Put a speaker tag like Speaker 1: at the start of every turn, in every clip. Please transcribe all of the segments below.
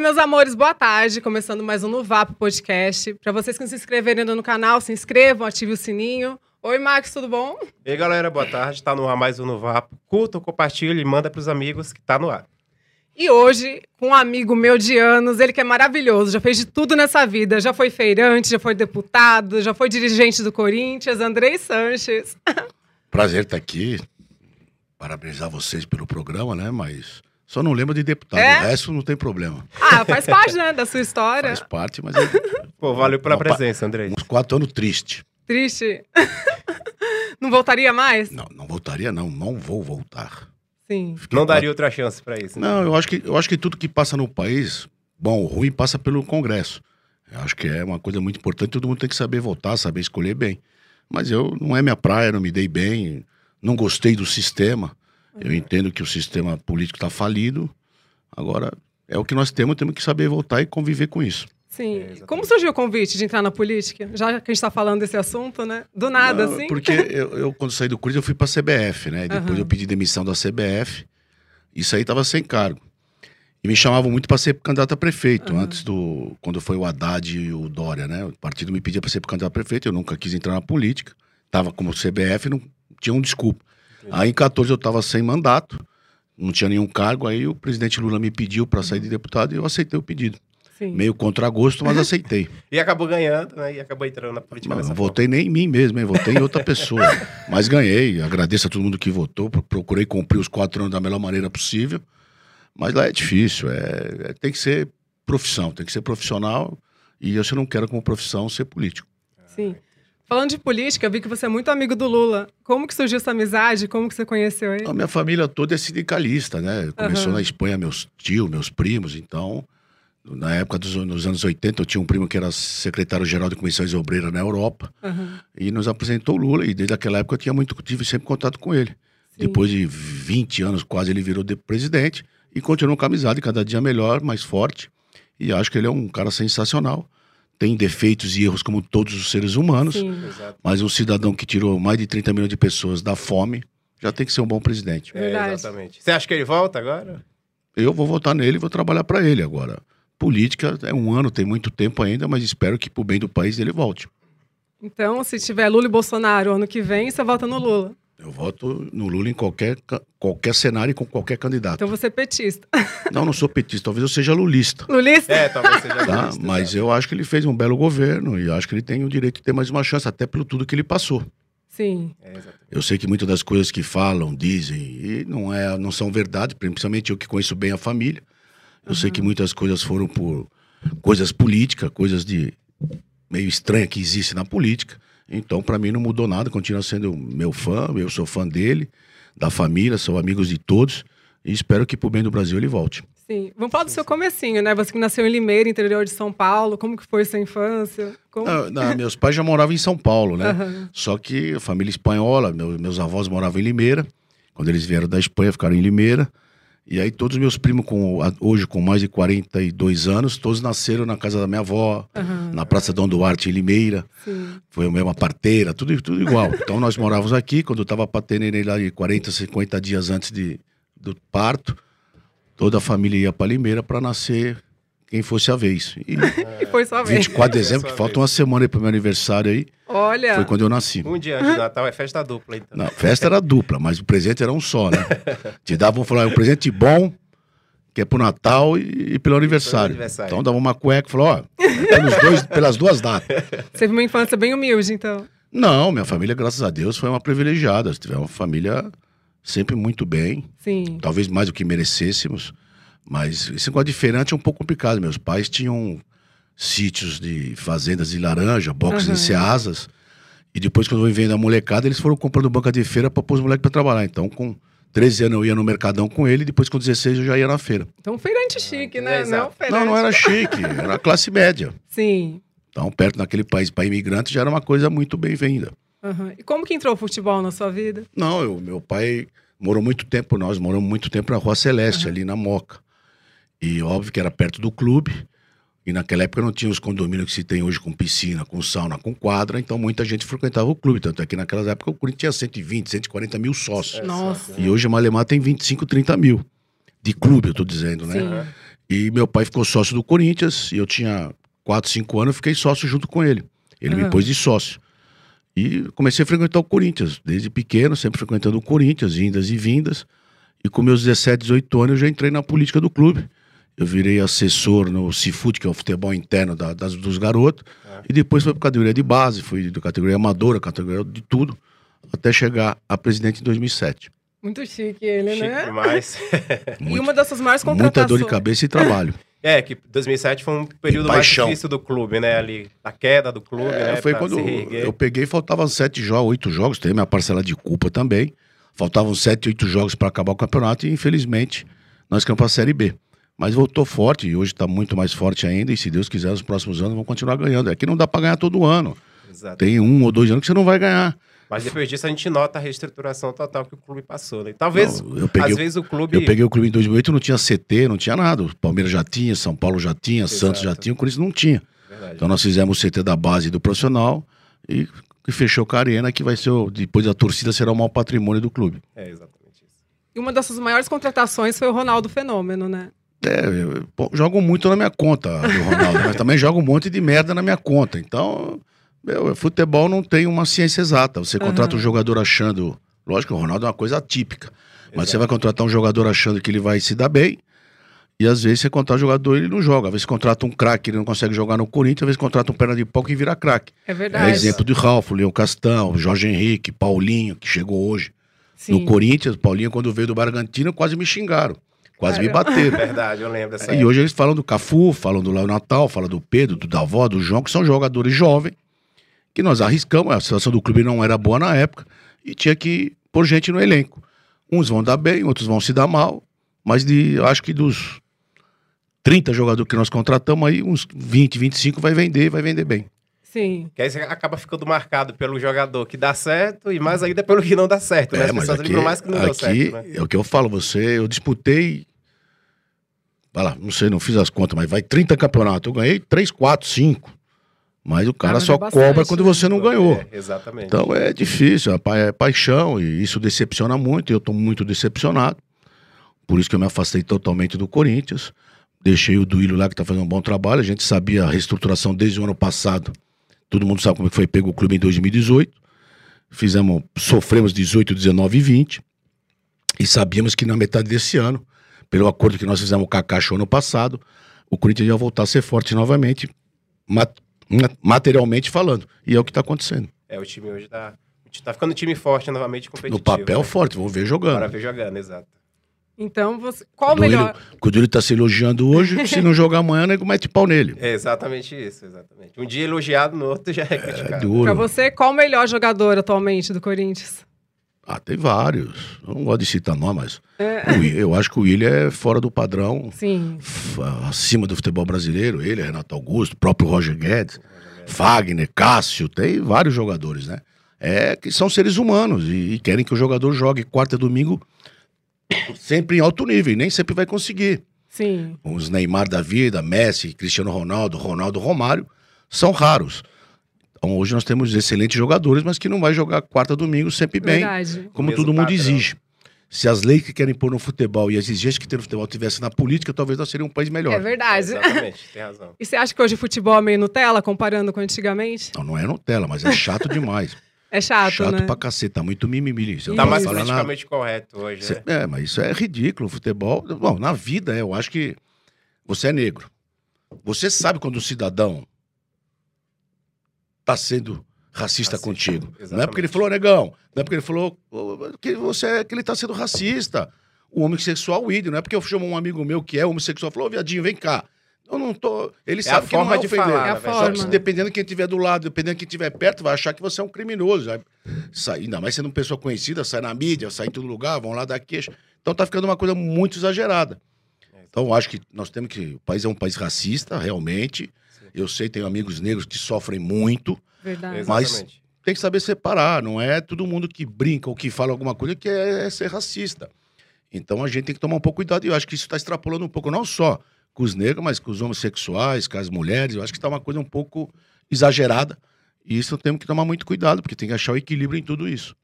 Speaker 1: meus amores, boa tarde. Começando mais um No Vapo Podcast. Para vocês que não se inscreverem ainda no canal, se inscrevam, ative o sininho. Oi, Max, tudo bom?
Speaker 2: E aí, galera, boa tarde. Tá no ar mais um No Vapo. Curta, compartilha e manda pros amigos que tá no ar.
Speaker 1: E hoje, com um amigo meu de anos, ele que é maravilhoso, já fez de tudo nessa vida. Já foi feirante, já foi deputado, já foi dirigente do Corinthians, Andrei Sanches.
Speaker 3: Prazer estar aqui. Parabenizar vocês pelo programa, né? Mas só não lembro de deputado.
Speaker 1: É?
Speaker 3: O resto não tem problema.
Speaker 1: Ah, faz parte, né, da sua história.
Speaker 3: Faz parte, mas é
Speaker 2: Pô, valeu pela
Speaker 3: Opa.
Speaker 2: presença, Andrei.
Speaker 3: uns quatro anos triste.
Speaker 1: Triste. não voltaria mais?
Speaker 3: Não, não voltaria, não. Não vou voltar.
Speaker 1: Sim.
Speaker 2: Não daria outra chance pra isso. né?
Speaker 3: Não, eu acho que, eu acho que tudo que passa no país, bom ou ruim, passa pelo Congresso. Eu acho que é uma coisa muito importante. Todo mundo tem que saber votar, saber escolher bem. Mas eu não é minha praia, não me dei bem, não gostei do sistema. Eu entendo que o sistema político está falido. Agora, é o que nós temos, temos que saber votar e conviver com isso.
Speaker 1: Sim.
Speaker 2: exatamente.
Speaker 1: Como surgiu o convite de entrar na política? Já que a gente tá falando desse assunto, né? Do nada,
Speaker 3: Não,
Speaker 1: assim.
Speaker 3: Porque eu, eu, quando saí do Corinthians, eu fui pra CBF, né? E Depois
Speaker 1: Aham.
Speaker 3: eu pedi demissão da CBF. Isso aí tava sem cargo. E me chamavam muito para ser candidato a prefeito, antes do. Quando foi o Haddad e o Dória, né? O partido me pedia para ser candidato a prefeito, eu nunca quis entrar na política. Tava como CBF, não tinha um desculpa. Aí em 14 eu tava sem mandato, não tinha nenhum cargo, aí o presidente Lula me pediu para sair de deputado e eu aceitei o pedido.
Speaker 1: Uhum. Sim.
Speaker 3: Meio contra gosto, mas aceitei.
Speaker 2: E acabou ganhando, né? E acabou entrando na política.
Speaker 3: Não,
Speaker 2: dessa
Speaker 3: não
Speaker 2: forma.
Speaker 3: votei nem em mim mesmo, hein? Votei em outra pessoa. Mas ganhei. Agradeço a todo mundo que votou. pro- Procurei cumprir os quatro anos da melhor maneira possível. Mas lá é difícil. É, é- tem que ser profissão, tem que ser profissional. E eu se não quero, como profissão, ser político.
Speaker 1: Sim. Ah, Falando de política, eu vi que você é muito amigo do Lula. Como que surgiu essa amizade? Como que você conheceu ele?
Speaker 3: A minha família toda é sindicalista, né? Começou
Speaker 1: Aham.
Speaker 3: na Espanha, meus tios, meus primos. Então, na época dos nos anos 80, eu tinha um primo que era secretário-geral de comissões obreiras na Europa.
Speaker 1: Aham.
Speaker 3: E nos apresentou o Lula, e desde aquela época eu tinha muito, tive sempre contato com ele.
Speaker 1: Sim.
Speaker 3: Depois de 20 anos quase ele virou de- presidente e continuou com a amizade, cada dia melhor, mais forte. E acho que ele é um cara sensacional. Tem defeitos e erros como todos os seres humanos,
Speaker 1: Sim.
Speaker 2: Exato.
Speaker 3: mas um cidadão que tirou mais de 30 milhões de pessoas da fome já tem que ser um bom presidente.
Speaker 2: É,
Speaker 1: Verdade.
Speaker 2: exatamente. Você acha que ele volta agora?
Speaker 3: Eu vou votar nele e vou trabalhar para ele agora. Política é um ano, tem muito tempo ainda, mas espero que pro bem do país ele volte.
Speaker 1: Então, se tiver Lula e Bolsonaro ano que vem, você vota no Lula.
Speaker 3: Eu voto no Lula em qualquer, ca- qualquer cenário e com qualquer candidato.
Speaker 1: Então você é petista.
Speaker 3: Não, não sou petista, talvez eu seja lulista.
Speaker 1: Lulista?
Speaker 2: É, talvez seja.
Speaker 3: Tá?
Speaker 2: justo,
Speaker 3: Mas
Speaker 2: exato.
Speaker 3: eu acho que ele fez um belo governo e acho que ele tem o direito de ter mais uma chance, até pelo tudo que ele passou.
Speaker 1: Sim.
Speaker 2: É, exatamente.
Speaker 3: Eu sei que muitas das coisas que falam, dizem, e não, é, não são verdade, principalmente eu que conheço bem a família. Eu sei que muitas coisas foram por coisas políticas, coisas de meio estranha que existe na política. Então, para mim, não mudou nada, continua sendo meu fã, eu sou fã dele, da família, sou amigos de todos e espero que, pro bem do Brasil, ele volte.
Speaker 1: Sim. Vamos falar do seu comecinho, né? Você que nasceu em Limeira, interior de São Paulo. Como que foi sua infância? Como...
Speaker 3: Ah, não, meus pais já moravam em São Paulo, né?
Speaker 1: Aham.
Speaker 3: Só que a família espanhola, meu- meus avós moravam em Limeira. Quando eles vieram da Espanha, ficaram em Limeira. E aí todos os meus primos, com, a- hoje com mais de 42 anos, todos nasceram na casa da minha avó,
Speaker 1: Aham.
Speaker 3: na Praça Dom Duarte, em Limeira.
Speaker 1: Sim.
Speaker 3: Foi a mesma parteira, tudo, tudo igual. Então nós morávamos aqui, quando eu estava patenendo lá de 40, 50 dias antes de, do parto, toda a família ia para Limeira para nascer quem fosse a vez. E
Speaker 1: E foi sua vez.
Speaker 3: 24 de dezembro, que falta uma semana aí pro meu aniversário aí,
Speaker 1: Olha.
Speaker 3: foi quando eu nasci.
Speaker 2: Um dia antes do Natal é festa dupla, então.
Speaker 3: Não, a festa era dupla, mas o presente era um só, né? Te davam, falaram, é um presente bom, que é pro Natal e, e pelo aniversário.
Speaker 2: aniversário.
Speaker 3: Então dava uma cueca e falou, ó, é pelos dois, pelas duas datas.
Speaker 1: Você teve uma infância bem humilde, então.
Speaker 3: Não, minha família, graças a Deus, foi uma privilegiada. Tivemos uma família sempre muito bem,
Speaker 1: Sim.
Speaker 3: talvez mais do que merecêssemos, mas esse negócio diferente é um pouco complicado. Meus pais tinham sítios de fazendas de laranja, boxes
Speaker 1: Aham.
Speaker 3: de ceasas, e depois, quando eu vendo a molecada, eles foram comprando banca de feira para pôr os moleques para trabalhar. Então, com 13 anos eu ia no Mercadão com ele, e depois com 16 eu já ia na feira.
Speaker 1: Então, feirante chique,
Speaker 2: é,
Speaker 1: né?
Speaker 2: exato.
Speaker 1: Não,
Speaker 2: Não,
Speaker 1: feirante.
Speaker 3: Não, não era chique, era classe média.
Speaker 1: Sim.
Speaker 3: Então, perto naquele país para imigrante já era uma coisa muito bem-vinda.
Speaker 1: Aham. E como que entrou o futebol na sua vida?
Speaker 3: Não, eu- meu pai morou muito tempo, nós moramos muito tempo na Rua Celeste, ali na Moca. E óbvio que era perto do clube. E naquela época não tinha os condomínios que se tem hoje com piscina, com sauna, com quadra, então muita gente frequentava o clube. Tanto é que naquelas épocas o Corinthians tinha 120, 140 mil sócios.
Speaker 2: É,
Speaker 1: Nossa.
Speaker 2: só-
Speaker 3: E hoje o Malemar tem 25, 30 mil. De clube, eu tô dizendo, né?
Speaker 1: Sim.
Speaker 2: Aham.
Speaker 3: E meu pai ficou sócio do Corinthians, e eu tinha 4, 5 anos, eu fiquei sócio junto com ele. Ele
Speaker 1: Aham.
Speaker 3: me pôs de sócio. E comecei a frequentar o Corinthians, desde pequeno, sempre frequentando o Corinthians, indas e vindas. E com meus 17, 18 anos, eu já entrei na política do clube. Eu virei assessor no Cifut, que é o futebol interno da- das, dos garotos. E depois fui para categoria de base, fui de categoria amadora, categoria de tudo, até chegar a presidente em 2007.
Speaker 1: Muito chique ele,
Speaker 2: Chique
Speaker 1: né?
Speaker 2: demais.
Speaker 1: e
Speaker 3: Muito-
Speaker 1: uma das suas maiores
Speaker 3: muita
Speaker 1: contratações.
Speaker 3: dor de cabeça e trabalho.
Speaker 2: É, que 2007 foi um período mais
Speaker 3: paixão.
Speaker 2: difícil do clube, né? Ali, a queda do clube,
Speaker 3: É,
Speaker 2: né?
Speaker 3: foi
Speaker 2: pra
Speaker 3: quando
Speaker 2: se reerguer.
Speaker 3: eu peguei, faltavam sete jogos, oito jogos, teve minha parcela de culpa também. Faltavam sete, oito jogos para acabar o campeonato e infelizmente nós ficamos para a Série B. Mas voltou forte e hoje está muito mais forte ainda e se Deus quiser nos próximos anos vamos continuar ganhando. É que não dá para ganhar todo ano.
Speaker 2: Exato.
Speaker 3: Tem um ou dois anos que você não vai ganhar.
Speaker 2: Mas depois disso a gente nota a reestruturação total que o clube passou, né? Talvez,
Speaker 3: Não, Então, eu peguei
Speaker 2: às
Speaker 3: o-
Speaker 2: vezes o clube...
Speaker 3: Eu peguei o clube em 2008, não tinha CT, não tinha nada. O Palmeiras já tinha, São Paulo já tinha, Santos já
Speaker 2: Exato.
Speaker 3: tinha, o Corinthians não tinha.
Speaker 2: Verdade.
Speaker 3: Então nós fizemos o CT da base do profissional e e fechou com a arena que vai ser, o- depois da torcida, será o maior patrimônio do clube.
Speaker 2: É, exatamente isso.
Speaker 1: E uma das suas maiores contratações foi o Ronaldo Fenômeno, né?
Speaker 3: É, eu- eu- pô, jogo muito na minha conta, do Ronaldo, mas também jogo um monte de merda na minha conta. Então, meu, futebol não tem uma ciência exata. Você contrata um jogador achando. Lógico, o Ronaldo é uma coisa atípica. Mas você vai contratar um jogador achando que ele vai se dar bem. E às vezes você contrata um jogador e ele não joga. Às vezes contrata um craque, ele não consegue jogar no Corinthians, às vezes contrata um perna de pau que vira craque.
Speaker 1: É
Speaker 3: É
Speaker 1: verdade.
Speaker 3: exemplo do Ralf, Leão Castão, Jorge Henrique, Paulinho, que chegou hoje
Speaker 1: Sim.
Speaker 3: no Corinthians. Paulinho, quando veio do Bragantino, quase me xingaram. Quase me
Speaker 1: Caramba. É,
Speaker 3: bateram.
Speaker 2: Verdade, eu lembro dessa
Speaker 3: E hoje eles falam do Cafu, falam do Léo Natal, falam do Pedro, do Davó, do João, que são jogadores jovens, que nós arriscamos, a situação do clube não era boa na época, e tinha que pôr gente no elenco. Uns vão dar bem, outros vão se dar mal, mas de, eu acho que dos 30 jogadores que nós contratamos, aí uns 20, 25 vai vender, vai vender bem.
Speaker 1: Sim.
Speaker 2: Que aí você acaba ficando marcado pelo jogador que dá certo e mais ainda pelo que não dá certo. né? As pessoas lembram mais que não deu
Speaker 3: É, aqui
Speaker 2: certo, né?
Speaker 3: é o que eu falo, você, eu disputei, vai lá, não sei, não fiz as contas, mas vai 30 campeonatos, eu ganhei 3, 4, 5. Mas o cara
Speaker 1: mas
Speaker 3: só
Speaker 1: é bastante,
Speaker 3: cobra quando
Speaker 1: né?
Speaker 3: você não ganhou.
Speaker 2: É, exatamente.
Speaker 3: Então é difícil, é pa- é paixão, e isso decepciona muito, e eu estou muito decepcionado. Por isso que eu me afastei totalmente do Corinthians. Deixei o Duílio lá, que está fazendo um bom trabalho. A gente sabia a reestruturação desde o ano passado. Todo mundo sabe como é que foi pego o clube em 2018. Fizemos, sofremos 18, 19 e 20. E sabíamos que na metade desse ano, pelo acordo que nós fizemos com o Cacacho ano passado, o Corinthians ia voltar a ser forte novamente, mat- materialmente falando. E é o que está acontecendo.
Speaker 2: É, o time hoje tá, tá ficando um time forte novamente competitivo.
Speaker 3: No papel
Speaker 2: né?
Speaker 3: forte, vamos ver
Speaker 2: Para
Speaker 3: jogando.
Speaker 2: ver jogando, exato.
Speaker 1: Então, você... qual o
Speaker 3: Duílio-
Speaker 1: melhor?
Speaker 3: que o Duílio tá se elogiando hoje, se não jogar amanhã, nego mete pau nele.
Speaker 2: É exatamente isso, exatamente. Um dia elogiado, no outro já é
Speaker 3: É
Speaker 2: criticado.
Speaker 1: Pra
Speaker 3: duro.
Speaker 1: você, qual o melhor jogador atualmente do Corinthians?
Speaker 3: Ah, tem vários. Eu não gosto de citar nós, mas. o Wi- eu acho que o Willian é fora do padrão,
Speaker 1: Sim.
Speaker 3: f- acima do futebol brasileiro. Ele, Renato Augusto, próprio Roger Guedes, Fagner, Cássio, tem vários jogadores, né? É que são seres humanos e, e querem que o jogador jogue quarta e domingo sempre em alto nível, e nem sempre vai conseguir.
Speaker 1: Sim.
Speaker 3: os Neymar da vida, Messi, Cristiano Ronaldo, Ronaldo Romário, são raros. Então, hoje nós temos excelentes jogadores, mas que não vai jogar quarta domingo sempre bem,
Speaker 1: Verdade.
Speaker 3: como
Speaker 2: Mesmo
Speaker 3: todo mundo
Speaker 2: padrão.
Speaker 3: exige. Se as leis que querem pôr no futebol e as exigências que tem no futebol tivessem na política, talvez nós seríamos um país melhor.
Speaker 1: É verdade.
Speaker 2: Exatamente, tem razão.
Speaker 1: E você acha que hoje o futebol é meio Nutella, comparando com antigamente?
Speaker 3: Não, não é Nutella, mas é chato demais.
Speaker 1: É chato,
Speaker 3: chato
Speaker 1: né?
Speaker 3: pra cacete, tá muito mimimi. Você não
Speaker 2: Tá
Speaker 1: Isso.
Speaker 3: vai
Speaker 2: mais
Speaker 3: falar nada.
Speaker 2: politicamente correto hoje,
Speaker 3: Cê-
Speaker 2: né?
Speaker 3: é, mas isso é ridículo. O futebol. Bom, na vida, é, eu acho que você é negro. Você sabe quando um cidadão tá sendo racista,
Speaker 2: Racista,
Speaker 3: contigo. Não é
Speaker 2: exatamente.
Speaker 3: porque ele falou negão, não é porque ele falou ô, que você é- que ele tá sendo racista. O homossexual, o ídolo. Não é porque eu chamo um amigo meu que é homossexual e falou, ô viadinho, vem cá. Eu não tô. Ele
Speaker 2: É a
Speaker 3: sabe que não
Speaker 2: forma
Speaker 3: é
Speaker 2: de
Speaker 3: ofender.
Speaker 2: falar.
Speaker 1: É a
Speaker 2: né, velho?
Speaker 1: forma.
Speaker 3: Só que dependendo de quem tiver do lado, dependendo de quem tiver perto, vai achar que você é um criminoso. Vai sair- ainda mais sendo uma pessoa conhecida, sai na mídia, sai em todo lugar, vão lá dar queixa. Então tá ficando uma coisa muito exagerada. Então eu acho que nós temos que. O país é um país racista, realmente.
Speaker 2: Sim.
Speaker 3: Eu sei, tenho amigos negros que sofrem muito.
Speaker 1: Verdade.
Speaker 3: Mas-
Speaker 2: É, Exatamente.
Speaker 3: Tem que saber separar, não é todo mundo que brinca ou que fala alguma coisa que é, é ser racista. Então a gente tem que tomar um pouco de cuidado. E eu acho que isso está extrapolando um pouco, não só com os negros, mas com os homossexuais, com as mulheres. Eu acho que está uma coisa um pouco exagerada. E isso temos que tomar muito cuidado, porque tem que achar o equilíbrio em tudo isso.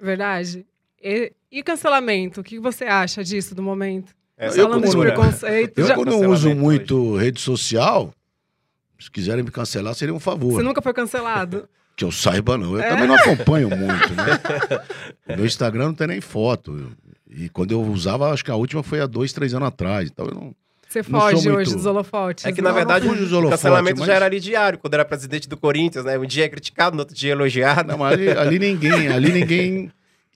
Speaker 1: Verdade. E, e cancelamento? O que você acha disso do momento?
Speaker 2: Essa
Speaker 3: Eu
Speaker 1: falando de
Speaker 3: quando-
Speaker 1: preconceito.
Speaker 3: Eu,
Speaker 1: já-
Speaker 3: quando eu uso
Speaker 2: Cancelamento
Speaker 3: muito rede social, se quiserem me cancelar, seria um favor.
Speaker 1: Você nunca foi cancelado.
Speaker 3: Que eu saiba, não. Eu
Speaker 1: É?
Speaker 3: também não acompanho muito, né? o meu Instagram não tem nem foto. E quando eu usava, acho que a última foi há dois, três anos atrás. Então eu não.
Speaker 1: Você
Speaker 3: Não sou
Speaker 1: foge
Speaker 3: muito-
Speaker 1: hoje dos holofotes.
Speaker 2: É que, na
Speaker 1: não?
Speaker 2: verdade,
Speaker 3: fujo dos
Speaker 2: o
Speaker 3: holofotes,
Speaker 2: cancelamento
Speaker 3: mas-
Speaker 2: já era ali diário, quando era presidente do Corinthians, né? Um dia é criticado, no outro dia é elogiado.
Speaker 3: Não, mas ali, ali ninguém, ali ninguém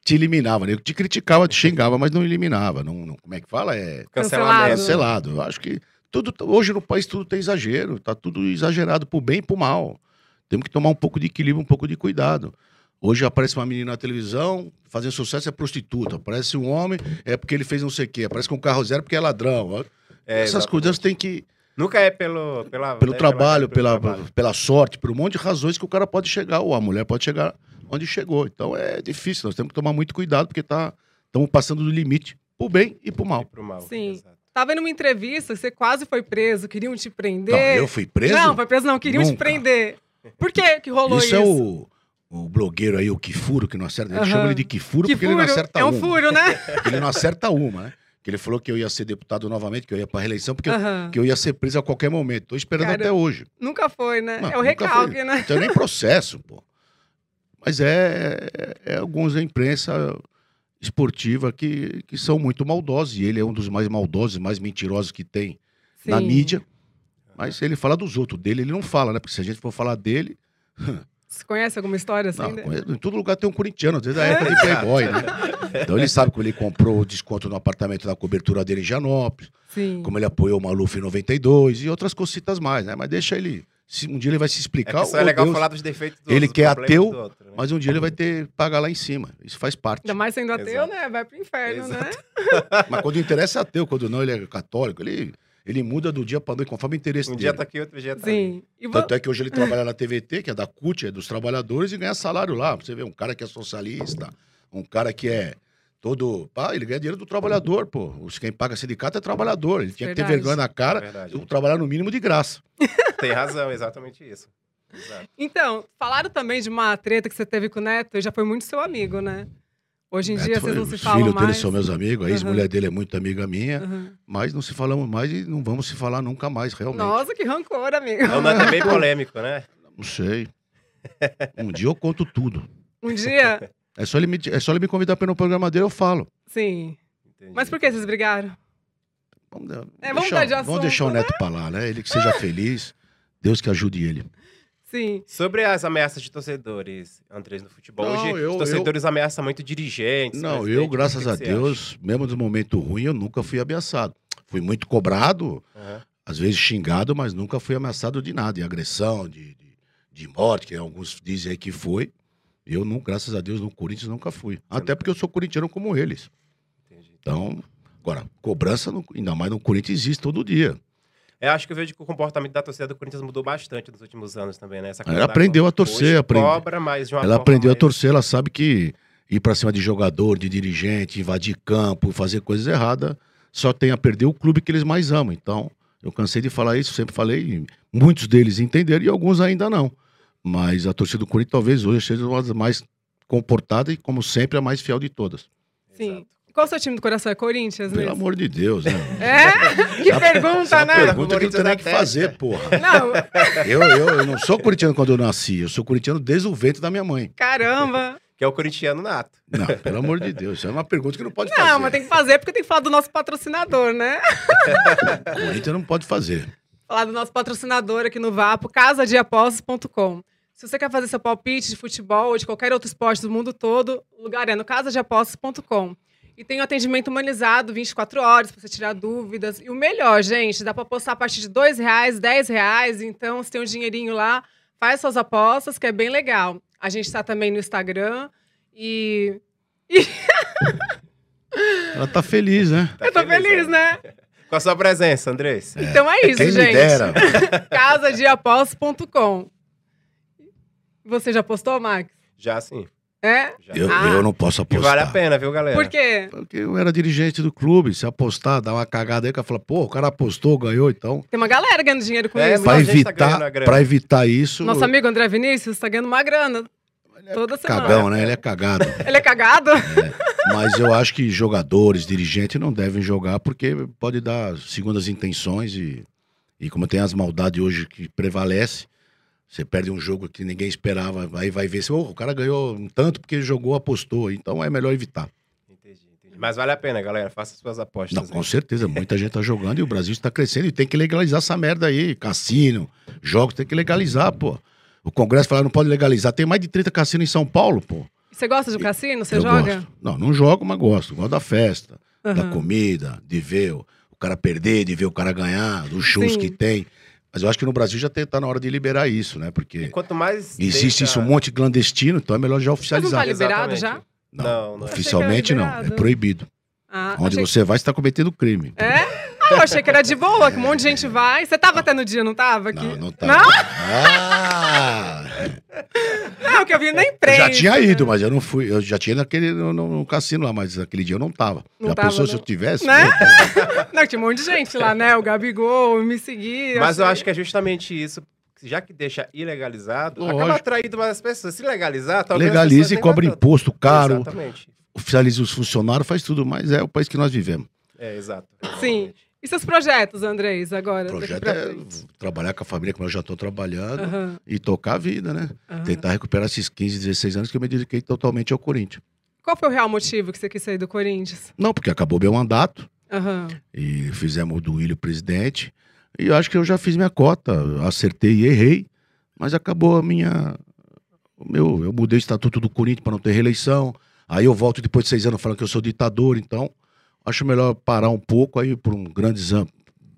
Speaker 3: te eliminava, né? Eu te criticava, te xingava, mas não eliminava. Não, não- como é que fala? É
Speaker 1: Cancelado.
Speaker 2: cancelamento.
Speaker 3: cancelado. Eu acho que tudo hoje no país tudo tem exagero, tá tudo exagerado pro bem e pro mal. Temos que tomar um pouco de equilíbrio, um pouco de cuidado. Hoje aparece uma menina na televisão, fazendo sucesso é prostituta. Aparece um homem, é porque ele fez não sei o quê. Aparece com um carro zero porque é ladrão.
Speaker 2: É,
Speaker 3: Essas
Speaker 2: exato.
Speaker 3: coisas tem que
Speaker 2: Nunca é pelo, pela,
Speaker 3: pelo
Speaker 2: né,
Speaker 3: trabalho,
Speaker 2: pelo
Speaker 3: pela,
Speaker 2: trabalho.
Speaker 3: pela sorte, por um monte de razões que o cara pode chegar, ou a mulher pode chegar onde chegou. Então é difícil, nós temos que tomar muito cuidado, porque tá, estamos passando do limite pro bem e pro
Speaker 2: E
Speaker 3: mal.
Speaker 2: pro mal.
Speaker 1: Sim.
Speaker 2: exato.
Speaker 1: Tava numa entrevista, você quase foi preso, queriam te prender.
Speaker 3: Não, eu fui preso?
Speaker 1: Não, foi preso não, queriam te
Speaker 3: Nunca.
Speaker 1: prender. Por que que rolou
Speaker 3: isso,
Speaker 1: isso?
Speaker 3: é o, o blogueiro aí, o Kifuro, que não acerta. Ele
Speaker 1: Aham.
Speaker 3: chama ele de Kifuro
Speaker 1: que
Speaker 3: porque ele não
Speaker 1: furo?
Speaker 3: acerta
Speaker 1: é um
Speaker 3: uma.
Speaker 1: furo, né?
Speaker 3: Ele não acerta uma, né? Que ele falou que eu ia ser deputado novamente, que eu ia pra reeleição, porque eu-
Speaker 1: Aham.
Speaker 3: que eu ia ser preso a qualquer momento. Tô esperando
Speaker 1: Cara,
Speaker 3: até hoje.
Speaker 1: Nunca foi, né?
Speaker 3: Não,
Speaker 1: é o
Speaker 3: nunca
Speaker 1: recalque,
Speaker 3: foi.
Speaker 1: né?
Speaker 3: Não tem nem processo, pô. Mas é, é, é alguns da imprensa esportiva que, que são muito maldosos. E ele é um dos mais maldosos, mais mentirosos que tem na
Speaker 1: Sim.
Speaker 3: mídia. Mas ele fala dos outros. Dele ele não fala, né? Porque se a gente for falar dele...
Speaker 1: Você conhece alguma história assim?
Speaker 3: não,
Speaker 1: né?
Speaker 3: em todo lugar tem um corintiano, às vezes da época de playboy, né? Então ele sabe como ele comprou o desconto no apartamento da cobertura dele em Janópolis,
Speaker 1: Sim.
Speaker 3: como é ele apoiou o Maluf em 92 e outras cositas mais, né? Mas deixa ele... se um dia ele vai se
Speaker 2: É,
Speaker 3: explicar...
Speaker 2: que só é
Speaker 3: ô
Speaker 2: legal
Speaker 3: Deus,
Speaker 2: falar dos defeitos do
Speaker 3: Ele
Speaker 2: outro,
Speaker 3: que é
Speaker 2: dos problemas
Speaker 3: ateu,
Speaker 2: do outro, né?
Speaker 3: Mas um dia ele vai ter que pagar lá em cima. Isso faz parte.
Speaker 1: Ainda mais sendo ateu,
Speaker 2: Exato.
Speaker 1: né? Vai pro inferno, né?
Speaker 3: Mas quando interessa é ateu, quando não ele é católico, ele, ele muda do dia para noite, conforme o interesse
Speaker 2: Um
Speaker 3: dele.
Speaker 2: dia tá aqui, outro dia tá ali.
Speaker 1: Sim. E vo-
Speaker 3: Tanto é que hoje ele trabalha na TVT, que é da CUT, é dos trabalhadores, e ganha salário lá. Você vê, um cara que é socialista, um cara que é todo. Pá, ele ganha dinheiro do trabalhador, pô. Os- Quem paga sindicato é trabalhador. Ele tinha que ter
Speaker 1: Verdade.
Speaker 3: vergonha na
Speaker 2: É
Speaker 3: cara.
Speaker 2: verdade.
Speaker 3: ou Trabalhar no mínimo de graça.
Speaker 2: Tem razão, exatamente isso. Exato.
Speaker 3: é-
Speaker 1: Então, falaram também de uma treta que você teve com o Neto, ele já foi muito seu amigo, né? Hoje em
Speaker 3: Neto
Speaker 1: dia
Speaker 3: foi-
Speaker 1: vocês não se
Speaker 3: É, os
Speaker 1: falam
Speaker 3: filhos dele
Speaker 1: mais.
Speaker 3: são meus amigos, a
Speaker 1: Aham.
Speaker 3: ex-mulher dele é muito amiga minha,
Speaker 1: Aham.
Speaker 3: mas não se falamos mais e não vamos se falar nunca mais, realmente.
Speaker 1: Nossa, que rancor, amigo.
Speaker 2: É um nome bem polêmico, né?
Speaker 3: Não sei. Um dia eu conto tudo.
Speaker 1: Um dia,
Speaker 3: É só ele me, é só ele me convidar para ir no programa dele, eu falo.
Speaker 1: sim.
Speaker 2: Entendi.
Speaker 1: Mas por que vocês brigaram?
Speaker 3: Vamos, dar- vamos
Speaker 1: É, vamos
Speaker 3: deixar,
Speaker 1: mudar de
Speaker 3: vamos
Speaker 1: assunto, Ah.
Speaker 3: deixar o Neto pra lá, né? Ele que seja feliz. Deus que ajude ele.
Speaker 1: Sim.
Speaker 2: Sobre as ameaças de torcedores, Andrés, no futebol.
Speaker 3: Não,
Speaker 2: Hoje,
Speaker 3: eu-
Speaker 2: os torcedores ameaçam muito dirigentes.
Speaker 3: Não,
Speaker 2: presidente.
Speaker 3: eu,
Speaker 2: O que
Speaker 3: graças
Speaker 2: que
Speaker 3: a
Speaker 2: você
Speaker 3: Deus, mesmo nos momentos ruins, eu nunca fui ameaçado. Fui muito cobrado,
Speaker 2: acha? Aham.
Speaker 3: às vezes xingado, mas nunca fui ameaçado de nada, de agressão, de, de, de morte, que alguns dizem aí que foi. Eu, não, graças a Deus, no Corinthians nunca fui. Até porque eu sou corintiano como eles.
Speaker 2: Entendi.
Speaker 3: Então, agora, cobrança, no- ainda mais no Corinthians, existe todo dia.
Speaker 2: Eu É, acho que eu vejo que o comportamento da torcida do Corinthians mudou bastante nos últimos anos também, né? Essa
Speaker 3: Ela
Speaker 2: coisa da
Speaker 3: aprendeu a
Speaker 2: cobra.
Speaker 3: torcer,
Speaker 2: Hoje
Speaker 3: aprende-
Speaker 2: Cobra, mas de uma
Speaker 3: Ela
Speaker 2: forma
Speaker 3: aprendeu a
Speaker 2: mais-
Speaker 3: torcer, ela sabe que ir pra cima de jogador, de dirigente, invadir campo, fazer coisas erradas, só tem a perder o clube que eles mais amam. Então, eu cansei de falar isso, sempre falei, e muitos deles entenderam e alguns ainda não. Mas a torcida do Corinthians talvez hoje seja uma das mais comportada e, como sempre, a mais fiel de todas.
Speaker 1: Sim.
Speaker 2: Exato.
Speaker 1: Qual o seu time do coração? É Corinthians
Speaker 3: Pelo
Speaker 1: mesmo?
Speaker 3: amor de Deus, né?
Speaker 1: É? Que
Speaker 3: Essa-
Speaker 1: pergunta,
Speaker 3: Essa
Speaker 1: né?
Speaker 3: pergunta que não tem nem o é. que fazer, porra.
Speaker 1: Não,
Speaker 3: Eu, eu, eu não sou corintiano quando eu nasci, eu sou corintiano desde o ventre da minha mãe.
Speaker 1: caramba.
Speaker 2: Que é o corintiano nato.
Speaker 3: Não, pelo amor de Deus, isso é uma pergunta que não pode fazer.
Speaker 1: Não, mas tem que fazer porque tem que falar do nosso patrocinador, né?
Speaker 3: Corinthians não pode fazer.
Speaker 1: Falar do nosso patrocinador aqui no Vapo, casadeapostas.com. Se você quer fazer seu palpite de futebol ou de qualquer outro esporte do mundo todo, o lugar é no casadeapostas.com. E tem o atendimento humanizado 24 horas para você tirar dúvidas. E o melhor, gente, dá para apostar a partir de R$ 2 reais, 10 reais. Então, você tem um dinheirinho lá, faz suas apostas, que é bem legal. A gente está também no Instagram e...
Speaker 3: Ela tá feliz, né?
Speaker 2: Tá
Speaker 1: Eu tô feliz,
Speaker 2: felizão.
Speaker 1: né?
Speaker 2: Com a sua presença, Andrés.
Speaker 1: Então é isso,
Speaker 3: Quem
Speaker 1: gente.
Speaker 3: me dera.
Speaker 1: casadeapostas.com. Você já postou, Max?
Speaker 2: Já sim.
Speaker 1: É?
Speaker 2: Já.
Speaker 3: Eu,
Speaker 1: Ah.
Speaker 3: eu não
Speaker 2: E
Speaker 3: posso apostar.
Speaker 2: vale a pena, viu,
Speaker 3: É.
Speaker 2: galera?
Speaker 1: Por quê?
Speaker 3: Porque eu era dirigente do clube. Se apostar, dar uma cagada aí, o cara fala, pô, o cara apostou, ganhou, então.
Speaker 1: Tem uma galera ganhando dinheiro com
Speaker 2: É,
Speaker 1: isso.
Speaker 2: mas-
Speaker 3: Pra
Speaker 2: gente tá ganhando a
Speaker 3: evitar,
Speaker 2: grana.
Speaker 3: pra evitar isso. é
Speaker 1: Nosso amigo André Vinícius tá ganhando uma grana. Toda semana.
Speaker 3: Cagão, né? Ele é cagado.
Speaker 1: Ele é cagado?
Speaker 3: Mas eu acho que jogadores, dirigentes não devem jogar porque pode dar segundas intenções e, e como tem as maldades hoje que prevalece, você perde um jogo que ninguém esperava, aí vai ver se "Oh, o cara ganhou um tanto porque jogou, apostou, então é melhor evitar.
Speaker 2: Entendi, entendi. Mas vale a pena, galera. Faça suas apostas.
Speaker 3: Não,
Speaker 2: né?
Speaker 3: com certeza, muita gente tá jogando e o Brasil está crescendo e tem que legalizar essa merda aí, cassino, jogos, tem que legalizar, pô. O Congresso falou não pode legalizar, tem mais de 30 cassinos em São Paulo, pô.
Speaker 1: Você gosta de cassino? Você
Speaker 3: Eu
Speaker 1: joga?
Speaker 3: gosto. Não, não jogo, mas gosto. Gosto da festa, da
Speaker 1: Aham.
Speaker 3: comida, de ver o o cara perder, de ver o cara ganhar, dos shows
Speaker 1: Sim.
Speaker 3: que tem. Mas eu acho que no Brasil já tem- tá na hora de liberar isso, né?
Speaker 1: É
Speaker 2: E
Speaker 3: Porque
Speaker 2: quanto mais.
Speaker 3: existe
Speaker 2: deixa-
Speaker 3: isso um monte de clandestino, então é melhor já
Speaker 1: Mas não tá
Speaker 3: oficializar.
Speaker 2: vale-
Speaker 1: liberado
Speaker 2: Exatamente.
Speaker 1: já?
Speaker 2: Não, não.
Speaker 3: Oficialmente não, é
Speaker 1: liberado.
Speaker 3: proibido.
Speaker 1: Ah,
Speaker 3: Onde
Speaker 1: achei...
Speaker 3: você vai, você tá cometendo crime.
Speaker 1: É? Ah, eu achei que era de boa, que um monte de gente vai. Você tava até no dia, não tava?
Speaker 3: Não,
Speaker 1: Que-
Speaker 3: não tá.
Speaker 1: Não?
Speaker 3: Ah!
Speaker 1: Não, que eu vi na
Speaker 3: Eu
Speaker 1: imprensa.
Speaker 3: já tinha ido, mas eu não fui. Eu já tinha ido naquele no, no- no cassino lá, mas aquele dia eu não tava.
Speaker 1: Não
Speaker 3: já
Speaker 1: tava,
Speaker 3: pensou se
Speaker 1: não.
Speaker 3: eu tivesse?
Speaker 1: Né?
Speaker 3: Pô,
Speaker 1: Não, tinha um monte de gente lá, né? O Gabigol, me seguia. assim.
Speaker 2: Mas eu
Speaker 1: achei-
Speaker 2: acho que é justamente isso. Já que deixa ilegalizado, acaba
Speaker 3: Lógico.
Speaker 2: atraindo mais pessoas. Se legalizar, talvez. as pessoas
Speaker 3: Legalize,
Speaker 2: nem
Speaker 3: cobra
Speaker 2: vá tanto.
Speaker 3: imposto caro,
Speaker 2: Exatamente.
Speaker 3: oficialize os funcionários, faz tudo, mas é o país que nós vivemos.
Speaker 2: É, exato.
Speaker 1: Sim. E seus projetos, Andrés, agora?
Speaker 3: O
Speaker 1: daqui
Speaker 3: projeto
Speaker 1: pra
Speaker 3: é
Speaker 1: frente?
Speaker 3: trabalhar com a família, como eu já estou trabalhando,
Speaker 1: Aham,
Speaker 3: e tocar a vida, né?
Speaker 1: aham.
Speaker 3: Tentar recuperar esses 15, 16 anos que eu me dediquei totalmente ao Corinthians.
Speaker 1: Qual foi o real motivo que você quis sair do Corinthians?
Speaker 3: Não, porque acabou meu mandato,
Speaker 1: Aham.
Speaker 3: e fizemos o Duílio presidente, e eu acho que eu já fiz minha cota, acertei e errei, mas acabou a minha... o Meu, eu mudei o estatuto do Corinthians para não ter reeleição, aí eu volto depois de seis anos falando que eu sou ditador, então acho melhor parar um pouco aí por um grandes anos,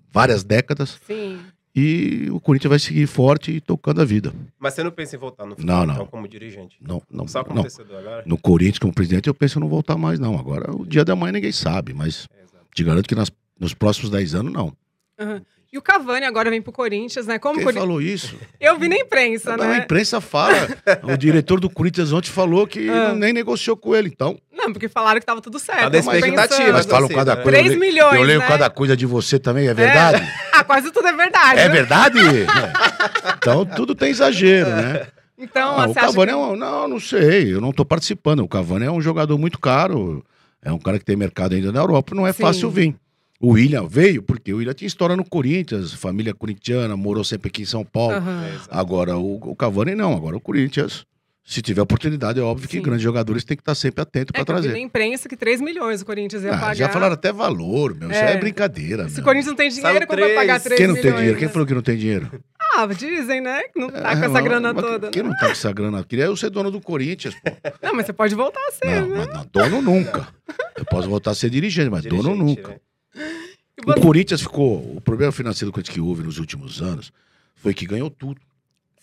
Speaker 3: várias décadas,
Speaker 1: Sim.
Speaker 3: e o Corinthians vai seguir forte e tocando a vida.
Speaker 2: Mas você não pensa em voltar no
Speaker 3: Não, não.
Speaker 2: então, como dirigente?
Speaker 3: Não, não,
Speaker 2: Só
Speaker 3: não.
Speaker 2: acontecedor agora?
Speaker 3: No Corinthians, como presidente, eu penso em não voltar mais, não. Agora, o dia da manhã ninguém sabe, mas
Speaker 2: É, exato.
Speaker 3: te garanto que nas- nos próximos 10 anos, não.
Speaker 1: aham. E o Cavani agora vem pro Corinthians, né? Como
Speaker 3: Quem
Speaker 1: Cori-
Speaker 3: falou isso?
Speaker 1: Eu vi na imprensa,
Speaker 3: Não, Tá a
Speaker 1: né?
Speaker 3: imprensa fala. o diretor do Corinthians ontem falou que
Speaker 1: Ah.
Speaker 3: não- nem negociou com ele, então.
Speaker 1: Não, porque falaram que tava tudo certo.
Speaker 2: Tá da
Speaker 1: eu tava
Speaker 2: expectativa,
Speaker 1: pensando.
Speaker 3: É, Mas falam cada
Speaker 2: né?
Speaker 3: coisa. eu
Speaker 1: 3
Speaker 3: leio-
Speaker 1: milhões,
Speaker 3: Eu leio
Speaker 1: né?
Speaker 3: cada coisa de você também, é verdade?
Speaker 1: Ah, quase tudo é verdade.
Speaker 3: É
Speaker 1: né?
Speaker 3: verdade? É. Então, tudo tem exagero, né?
Speaker 1: Então,
Speaker 3: Ah, o
Speaker 1: você acha
Speaker 3: Cavani
Speaker 1: que...
Speaker 3: é um. Não, não sei. Eu não tô participando. O Cavani é um jogador muito caro. É um cara que tem mercado ainda na Europa. Não é
Speaker 1: Sim.
Speaker 3: fácil vir. O William veio, porque o William tinha história no Corinthians, família corintiana, morou sempre aqui em São Paulo.
Speaker 1: Aham.
Speaker 2: É, exato.
Speaker 3: Agora, o, o Cavani não. Agora, o Corinthians, se tiver oportunidade, é óbvio que
Speaker 1: Sim.
Speaker 3: grandes jogadores têm que estar sempre atento
Speaker 1: É
Speaker 3: para
Speaker 1: que eu vi na
Speaker 3: trazer.
Speaker 1: imprensa que 3 milhões o Corinthians ia
Speaker 3: Ah,
Speaker 1: pagar.
Speaker 3: já falaram até valor, meu. Isso
Speaker 1: É.
Speaker 3: é brincadeira.
Speaker 1: Se
Speaker 3: meu.
Speaker 1: o Corinthians não tem dinheiro,
Speaker 2: Saiu
Speaker 1: como vai pagar
Speaker 2: três.
Speaker 1: 3
Speaker 3: Quem não
Speaker 1: milhões?
Speaker 3: tem dinheiro? Quem
Speaker 1: né?
Speaker 3: falou que não tem dinheiro?
Speaker 1: Ah, dizem, né? Que não tá
Speaker 3: É,
Speaker 1: com essa
Speaker 3: mas-
Speaker 1: grana
Speaker 3: mas
Speaker 1: toda. né?
Speaker 3: Quem não tá com essa grana? Eu Queria eu ser dono do Corinthians, pô.
Speaker 1: Não, mas você pode voltar a ser,
Speaker 3: é? Não,
Speaker 1: né?
Speaker 3: mas não, dono nunca. Eu posso voltar a ser dirigente, mas dono
Speaker 2: Dirigente,
Speaker 3: nunca.
Speaker 2: né?
Speaker 1: E
Speaker 3: O
Speaker 1: você-
Speaker 3: Corinthians ficou. O problema financeiro do Corinthians que houve nos últimos anos foi que ganhou tudo.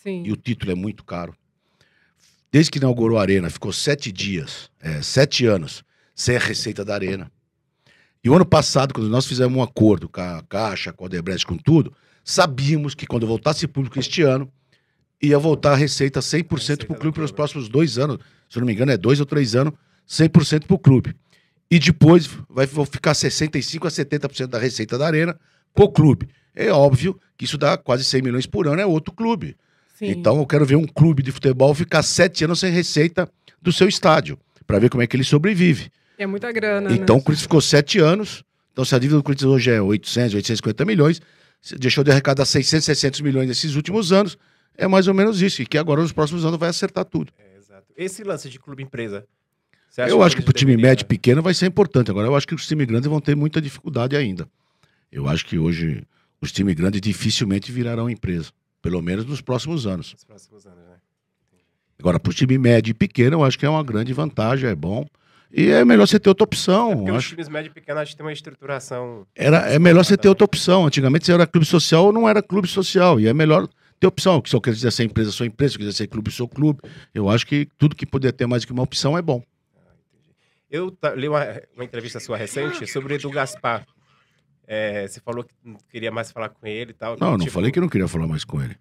Speaker 1: Sim.
Speaker 3: E o título é muito caro. Desde que inaugurou a Arena, ficou sete dias, é, sete anos, sem a receita da Arena. E o ano passado, quando nós fizemos um acordo com a Caixa, com a Odebrecht, com tudo, sabíamos que quando voltasse público este ano, ia voltar a receita 100% para
Speaker 2: Receita
Speaker 3: o
Speaker 2: do
Speaker 3: clube pelos
Speaker 2: clube.
Speaker 3: próximos dois anos. Se eu não me engano, é dois ou três anos, 100% para o clube. E depois vai vão ficar 65% a 70% da receita da Arena para o clube. É óbvio que isso dá quase 100 milhões por ano, é outro clube.
Speaker 1: Sim.
Speaker 3: Então eu quero ver um clube de futebol ficar sete anos sem receita do seu estádio, para ver como é que ele sobrevive.
Speaker 1: É muita grana,
Speaker 3: então o
Speaker 1: né?
Speaker 3: Corinthians ficou sete anos, então se a dívida do Corinthians hoje é 800, 850 milhões, se- deixou de arrecadar 600, 600 milhões nesses últimos anos, é mais ou menos isso, e que agora nos próximos anos vai acertar tudo.
Speaker 2: É, exato. Esse lance de clube empresa. você acha
Speaker 3: Eu acho que para o
Speaker 2: Corinthians
Speaker 3: time
Speaker 2: deveria-
Speaker 3: médio e pequeno vai ser importante, agora eu acho que os times grandes vão ter muita dificuldade ainda. Eu acho que hoje os times grandes dificilmente virarão empresa, pelo menos nos próximos anos.
Speaker 2: nos próximos anos, né?
Speaker 3: Agora, para o time médio e pequeno, eu acho que é uma grande vantagem, é bom. E é melhor você ter outra
Speaker 2: É
Speaker 3: opção.
Speaker 2: porque
Speaker 3: eu
Speaker 2: os
Speaker 3: acho.
Speaker 2: times médio e pequeno acho que tem uma estruturação.
Speaker 3: Era, é melhor você ter outra opção. Antigamente, se era clube social ou não era clube social. E é melhor ter opção. Se eu quiser ser empresa, sou empresa. Se eu quiser ser clube, sou clube. Eu acho que tudo que puder ter mais do que uma opção é bom.
Speaker 2: Eu ta- li uma, uma entrevista sua recente sobre o Edu Gaspar. É, você falou que não queria mais falar com ele e tal.
Speaker 3: Não, eu não
Speaker 2: Tipo,
Speaker 3: falei que eu não queria falar mais com ele.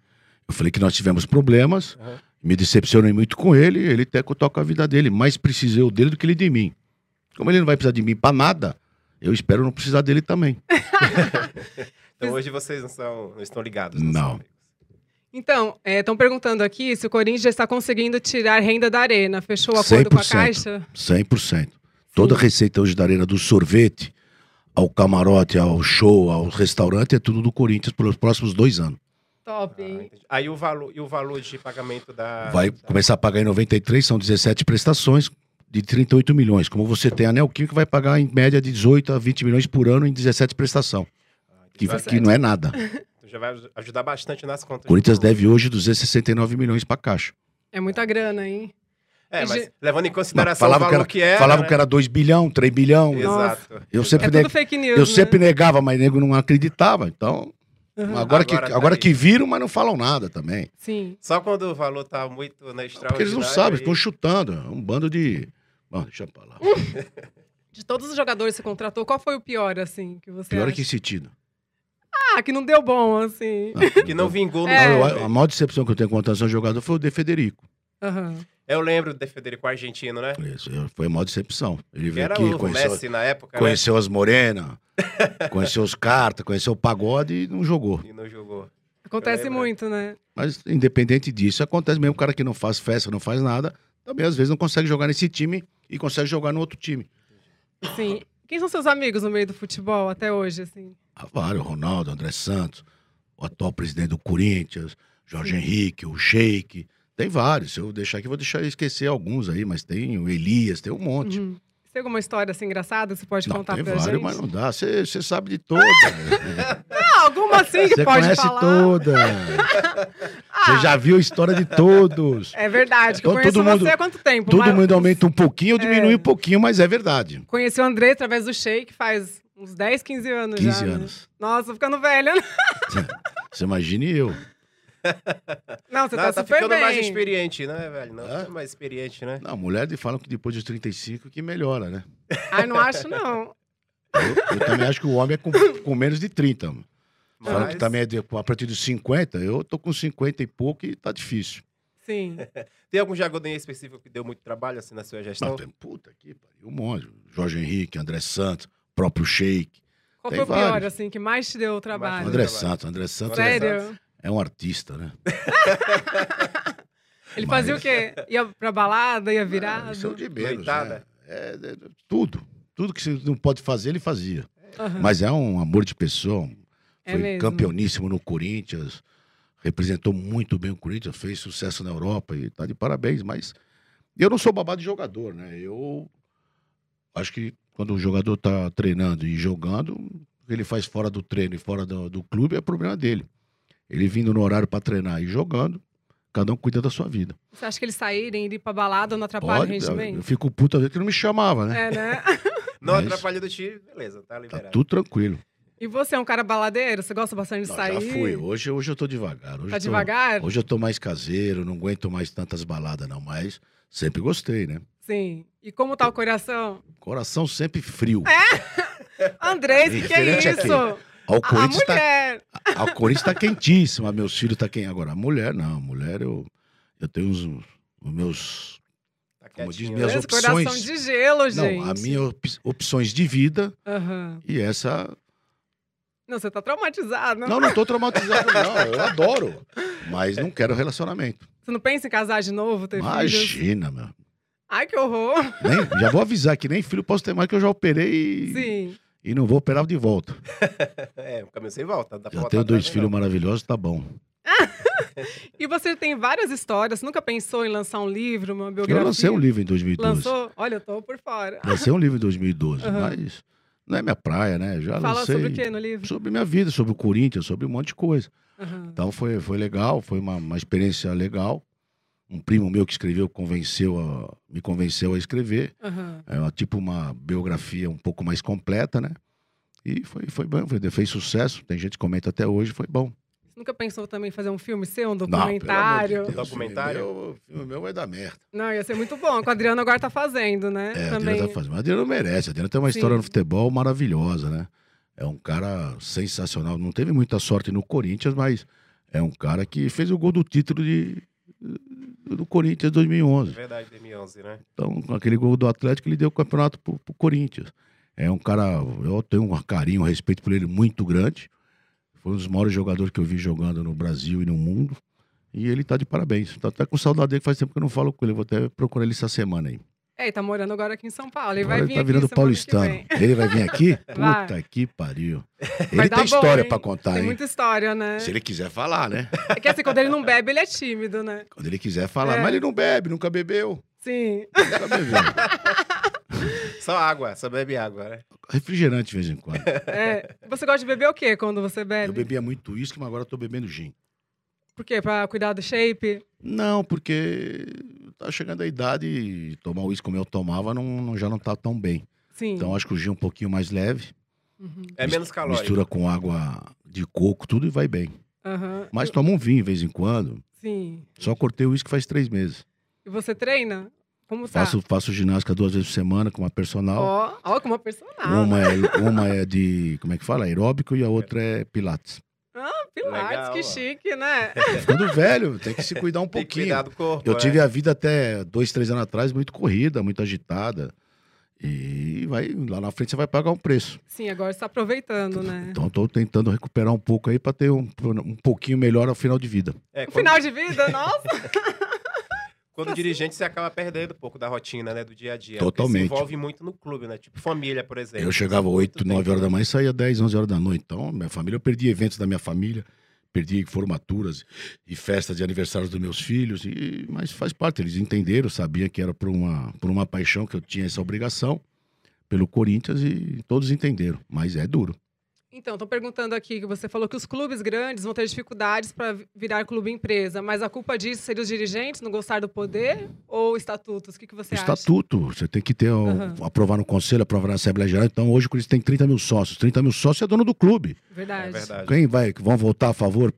Speaker 3: Eu falei que nós tivemos problemas.
Speaker 2: Aham.
Speaker 3: Me decepcionei muito com ele. Ele até que eu toco a vida dele. Mais precisei eu dele do que ele de mim. Como ele não vai precisar de mim para nada, eu espero não precisar dele também.
Speaker 2: Então hoje vocês não, são, não estão ligados.
Speaker 3: Não.
Speaker 2: são amigos. Ah,
Speaker 1: Então, estão perguntando aqui se o Corinthians já está conseguindo tirar renda da arena. Fechou o acordo com a
Speaker 3: 100%.
Speaker 1: Caixa?
Speaker 3: 100%. Toda receita hoje da Arena, do sorvete ao camarote, ao show, ao restaurante, é tudo do Corinthians pelos próximos dois anos.
Speaker 1: Top.
Speaker 2: Ah,
Speaker 1: hein?
Speaker 2: entendi. Aí o valor, e o valor de pagamento da.
Speaker 3: Vai
Speaker 2: da-
Speaker 3: começar a pagar em 93, são 17 prestações de 38 milhões. Como você tem a Neoquímica, vai pagar em média de 18 a 20 milhões por ano em 17 prestação,
Speaker 2: Ah,
Speaker 3: que,
Speaker 2: entendi.
Speaker 3: que não é nada.
Speaker 2: Então Já vai ajudar bastante nas contas.
Speaker 3: O Corinthians
Speaker 2: de tudo.
Speaker 3: deve hoje 269 milhões para Caixa.
Speaker 1: É muita grana, hein?
Speaker 2: É, mas
Speaker 1: Gente-
Speaker 2: levando em
Speaker 3: Não,
Speaker 2: consideração o
Speaker 3: falavam um. que
Speaker 2: valor
Speaker 3: era,
Speaker 2: que era.
Speaker 3: falavam
Speaker 2: né?
Speaker 3: que era 2 bilhão, 3 bilhão.
Speaker 2: Exato.
Speaker 3: Eu
Speaker 1: É
Speaker 3: sempre
Speaker 2: Exato.
Speaker 1: tudo
Speaker 3: ne-
Speaker 1: fake news.
Speaker 3: Eu
Speaker 1: né?
Speaker 3: sempre negava, mas nego não acreditava. Então,
Speaker 1: Uhum.
Speaker 3: agora, que,
Speaker 2: Agora tá
Speaker 3: agora
Speaker 2: aí. Então,
Speaker 3: que viram, mas não falam nada também.
Speaker 1: Sim.
Speaker 2: Só quando o valor tá muito né, extraordinário.
Speaker 3: Porque eles não sabem,
Speaker 2: aí-
Speaker 3: ficam chutando. É um bando de. Bom, deixa pra lá.
Speaker 1: Uhum. De todos os jogadores que você contratou, qual foi o pior, assim, que você
Speaker 3: Pior é
Speaker 1: acha?
Speaker 3: que sentido.
Speaker 1: Ah, que não deu bom, assim.
Speaker 2: Que não vingou né? no
Speaker 1: É.
Speaker 3: Eu-
Speaker 2: jogo.
Speaker 3: a maior decepção que eu tenho com contratação de jogador foi o De Federico.
Speaker 1: Aham.
Speaker 2: Eu lembro de Federico argentino, né?
Speaker 3: Isso, eu- foi a maior decepção. Ele
Speaker 2: Que
Speaker 3: veio
Speaker 2: era
Speaker 3: aqui,
Speaker 2: o
Speaker 3: conheceu,
Speaker 2: Messi na época, né?
Speaker 3: conheceu as morenas, conheceu os cartas, conheceu o pagode e não jogou.
Speaker 2: E não jogou.
Speaker 1: Acontece
Speaker 2: lembro.
Speaker 1: muito, né?
Speaker 3: Mas independente disso, acontece mesmo o cara que não faz festa, não faz nada, também às vezes não consegue jogar nesse time e consegue jogar no outro time.
Speaker 1: Sim. Quem são seus amigos no meio do futebol até hoje, assim?
Speaker 3: Ah, vários, Ronaldo, André Santos, o atual presidente do Corinthians, Jorge Henrique, o Sheik. Tem vários. Se eu deixar aqui, eu vou deixar eu esquecer alguns aí, mas tem o Elias, tem um monte.
Speaker 1: Uhum. Você tem alguma história assim engraçada que você pode
Speaker 3: Não,
Speaker 1: contar é
Speaker 3: tem
Speaker 1: pra
Speaker 3: vários,
Speaker 1: gente?
Speaker 3: mas não dá. Você você sabe de toda.
Speaker 1: Ah, alguma assim que
Speaker 3: Você
Speaker 1: pode
Speaker 3: conhece
Speaker 1: falar. Ah,
Speaker 3: toda. Você já viu a história de todos.
Speaker 1: É verdade, que eu
Speaker 3: Todo-
Speaker 1: conheço
Speaker 3: todo mundo-
Speaker 1: você há quanto tempo?
Speaker 3: Todo
Speaker 1: mas-
Speaker 3: mundo aumenta um pouquinho ou diminui um pouquinho, mas é verdade.
Speaker 1: Conheci o André através do Shake faz uns 10, 15 anos
Speaker 3: 15
Speaker 1: já. né?
Speaker 3: anos.
Speaker 1: Nossa, tô ficando velha. né?
Speaker 3: Você imagine eu.
Speaker 1: Não, você
Speaker 2: Não,
Speaker 1: tá,
Speaker 2: tá
Speaker 1: super
Speaker 2: ficando
Speaker 1: bem.
Speaker 2: mais experiente, né, velho? Não,
Speaker 3: Hã?
Speaker 2: tá mais experiente, né?
Speaker 3: Não, mulher falam que depois dos 35 que melhora, né?
Speaker 1: Ai, não acho não.
Speaker 3: Eu, eu também acho que o homem é com, com menos de 30. mano. Falam
Speaker 2: Mas
Speaker 3: que também é de- a partir dos 50, eu tô com 50 e pouco e tá difícil.
Speaker 1: Sim.
Speaker 2: Tem algum jogador específico que deu muito trabalho, assim, na sua gestão?
Speaker 3: Não, tem puta aqui, pariu, um monte. Jorge Henrique, André Santos, próprio Sheik,
Speaker 1: Qual
Speaker 3: Tem
Speaker 1: foi o pior,
Speaker 3: vários.
Speaker 1: assim, que mais te deu o trabalho?
Speaker 3: André
Speaker 2: trabalho.
Speaker 3: Santos. André Santos é,
Speaker 2: André
Speaker 1: Ah, Sério?
Speaker 3: é um artista, né?
Speaker 1: Ele
Speaker 3: Mas-
Speaker 1: fazia o quê? Ia pra balada, ia virado?
Speaker 3: Ah, Isso é o de menos,
Speaker 2: Noitada.
Speaker 3: né? É, é, tudo. Tudo que você não pode fazer, ele fazia.
Speaker 1: Aham.
Speaker 3: Mas é um amor de pessoa. um-
Speaker 1: É
Speaker 3: Foi
Speaker 1: mesmo.
Speaker 3: campeoníssimo no Corinthians. Representou muito bem o Corinthians, fez sucesso na Europa e tá de parabéns. Mas eu não sou babado de jogador, né? Eu acho que quando o jogador tá treinando e jogando, o que ele faz fora do treino e fora do, do clube é problema dele. Ele vindo no horário para treinar e jogando, cada um cuida da sua vida.
Speaker 1: Você acha que eles saírem, ir pra balada não atrapalha o
Speaker 3: Pode, eu, eu
Speaker 1: rendimento?
Speaker 3: fico puto a ver que não me chamava, né?
Speaker 1: É, né?
Speaker 2: Não
Speaker 3: Mas-
Speaker 2: atrapalha do time, beleza, tá
Speaker 3: Tá
Speaker 2: liberado.
Speaker 3: tudo tranquilo.
Speaker 1: E você é um cara baladeiro? Você gosta bastante de
Speaker 3: Não,
Speaker 1: sair?
Speaker 3: já fui. Hoje, hoje eu tô devagar. Hoje
Speaker 1: Tá
Speaker 3: eu tô-
Speaker 1: devagar?
Speaker 3: Hoje eu tô mais caseiro, não aguento mais tantas baladas, não. Mas sempre gostei, né?
Speaker 1: Sim. E como tá o coração?
Speaker 3: Coração sempre frio.
Speaker 1: É? Andrés, que, que é
Speaker 3: Diferente aqui.
Speaker 1: isso?
Speaker 3: Ao
Speaker 1: A, a
Speaker 3: Corinthians tá,
Speaker 1: mulher.
Speaker 3: ao Corinthians tá quentíssima, meus filhos tá quem Agora, a mulher, não. A mulher, eu, eu tenho uns, os meus...
Speaker 2: Tá
Speaker 3: como diz
Speaker 2: quietinho,
Speaker 3: minhas
Speaker 2: né?
Speaker 1: Esse coração
Speaker 3: opções-
Speaker 1: de gelo, gente.
Speaker 3: Não, a minha op- opções de vida
Speaker 1: Aham.
Speaker 3: e essa...
Speaker 1: Não, você tá traumatizado.
Speaker 3: Não, não tô traumatizado, não. Eu adoro. Mas não quero relacionamento.
Speaker 1: Você não pensa em casar de novo, ter filhos?
Speaker 3: Imagina, meu.
Speaker 1: Ai, que horror.
Speaker 3: Nem- já vou avisar que nem filho posso ter mais, que eu já operei e-
Speaker 1: Sim.
Speaker 3: e não vou operar de volta.
Speaker 2: É, o caminho sem volta. Dá pra né?
Speaker 3: Eu
Speaker 2: voltar
Speaker 3: tenho dois
Speaker 2: atrás,
Speaker 3: filhos
Speaker 2: não.
Speaker 3: maravilhosos, tá bom.
Speaker 1: E você tem várias histórias. Nunca pensou em lançar um livro, uma biografia?
Speaker 3: Eu lancei um livro em 2012.
Speaker 1: Lançou? Olha, eu tô por fora.
Speaker 3: Lancei um livro em 2012,
Speaker 1: Aham.
Speaker 3: mas não é minha praia, né? Já
Speaker 1: Fala
Speaker 3: lancei
Speaker 1: sobre o quê no livro?
Speaker 3: sobre minha vida, sobre o Corinthians, sobre um monte de coisa.
Speaker 1: Aham.
Speaker 3: Então foi, foi legal, foi uma, uma experiência legal. Um primo meu que escreveu convenceu a- me convenceu a escrever.
Speaker 1: Aham.
Speaker 3: É uma- tipo uma biografia um pouco mais completa, né? E foi, foi bom, foi, fez sucesso. Tem gente que comenta até hoje, foi bom.
Speaker 1: Você nunca pensou também em fazer um filme seu, um
Speaker 3: Não, pelo amor de
Speaker 1: documentário?
Speaker 3: Deus,
Speaker 2: Documentário?
Speaker 3: O filme meu- o filme meu vai dar merda.
Speaker 1: Não, ia ser muito bom. que O Adriano agora tá fazendo, né?
Speaker 3: É, a
Speaker 1: também.
Speaker 3: Adriana tá fazendo. A Adriana merece. A Adriana tem uma
Speaker 1: Sim.
Speaker 3: história no futebol maravilhosa, né? É um cara sensacional. Não teve muita sorte no Corinthians, mas é um cara que fez o gol do título de, do Corinthians 2011.
Speaker 2: Verdade, 2011, né?
Speaker 3: Então, com aquele gol do Atlético, ele deu o campeonato pro, pro Corinthians. É um cara, eu tenho um carinho, um respeito por ele muito grande. Foi um dos maiores jogadores que eu vi jogando no Brasil e no mundo. E ele tá de parabéns. Tá até com saudade dele, que faz tempo que eu não falo com ele. Eu Vou até procurar ele essa semana aí.
Speaker 1: É, e tá morando agora aqui em São Paulo. Ele vai
Speaker 3: Agora
Speaker 1: vir
Speaker 3: ele tá
Speaker 1: aqui semana
Speaker 3: virando
Speaker 1: que
Speaker 3: paulistano.
Speaker 1: vem.
Speaker 3: Ele vai vir aqui?
Speaker 1: Vai.
Speaker 3: Puta que pariu.
Speaker 1: Vai
Speaker 3: Ele
Speaker 1: dar
Speaker 3: tem
Speaker 1: bom,
Speaker 3: história
Speaker 1: hein?
Speaker 3: pra contar,
Speaker 1: Tem
Speaker 3: hein?
Speaker 1: muita história, né?
Speaker 3: Se ele quiser falar, né?
Speaker 1: É que assim, quando ele não bebe, ele é tímido, né?
Speaker 3: Quando ele quiser falar.
Speaker 1: É.
Speaker 3: Mas ele não bebe, nunca bebeu.
Speaker 1: Sim.
Speaker 3: Nunca bebeu.
Speaker 2: Só água, só bebe água, né?
Speaker 3: Refrigerante de vez em quando.
Speaker 1: É. né? Você gosta de beber o quê quando você bebe?
Speaker 3: Eu bebia muito uísque, mas agora eu tô bebendo gin.
Speaker 1: Por quê? Pra cuidar do shape?
Speaker 3: Não, porque tá chegando a idade e tomar uísque como eu tomava não, não- já não tá tão bem.
Speaker 1: Sim.
Speaker 3: Então acho que o gin é um pouquinho mais leve.
Speaker 1: Uhum.
Speaker 2: É
Speaker 3: mis-
Speaker 2: menos calórico.
Speaker 3: Mistura com água de coco, tudo e vai bem.
Speaker 1: Aham.
Speaker 3: Mas toma um vinho de vez em quando.
Speaker 1: Sim.
Speaker 3: Só cortei o uísque faz três meses.
Speaker 1: E você treina? Como tá?
Speaker 3: Faço, faço ginástica duas vezes por semana com uma personal.
Speaker 1: Ó, ó, como uma personagem.
Speaker 2: Ah.
Speaker 3: Uma, é, uma é de, como é que fala? Aeróbico e a outra é pilates.
Speaker 1: Ah, Pilates,
Speaker 2: Legal, ó.
Speaker 1: que chique, né?
Speaker 3: Tô ficando velho, tem que se cuidar um
Speaker 2: Tem que
Speaker 3: pouquinho.
Speaker 2: cuidar do corpo.
Speaker 3: Eu
Speaker 2: né?
Speaker 3: tive a vida até dois, três anos atrás muito corrida, muito agitada. E vai, lá na frente você vai pagar um preço.
Speaker 1: Sim, agora você tá aproveitando, né?
Speaker 3: Então estou tentando recuperar um pouco aí para ter um, um pouquinho melhor ao final de vida.
Speaker 1: No
Speaker 2: É, quando,
Speaker 1: Um final assim. de vida, nossa.
Speaker 2: quando dirigente, você acaba perdendo um pouco da rotina, né? Do dia a dia. porque
Speaker 3: Totalmente.
Speaker 2: Se envolve muito no clube, né? Tipo família, por exemplo.
Speaker 3: Eu chegava
Speaker 2: Muito
Speaker 3: 8, 9
Speaker 2: tempo,
Speaker 3: horas da
Speaker 2: né?
Speaker 3: manhã e saía 10, 11 horas da noite. Então, minha família, eu perdi eventos da minha família, perdi formaturas e festas de aniversários dos meus filhos. E, mas faz parte, eles entenderam, sabia que era por uma, por uma paixão que eu tinha essa obrigação pelo Corinthians e todos entenderam. Mas é duro.
Speaker 1: Então, estão perguntando aqui que você falou que os clubes grandes vão ter dificuldades para virar clube empresa, mas a culpa disso seria os dirigentes não gostar do poder ou estatutos? O que, que você acha?
Speaker 3: Estatuto, você tem que ter, o-
Speaker 1: Aham.
Speaker 3: aprovar no conselho, aprovar na Assembleia Geral. Então, hoje o Corinthians tem 30 mil sócios. 30 mil sócios é dono do clube.
Speaker 1: Verdade.
Speaker 2: É verdade.
Speaker 3: Quem vai, que vão votar a favor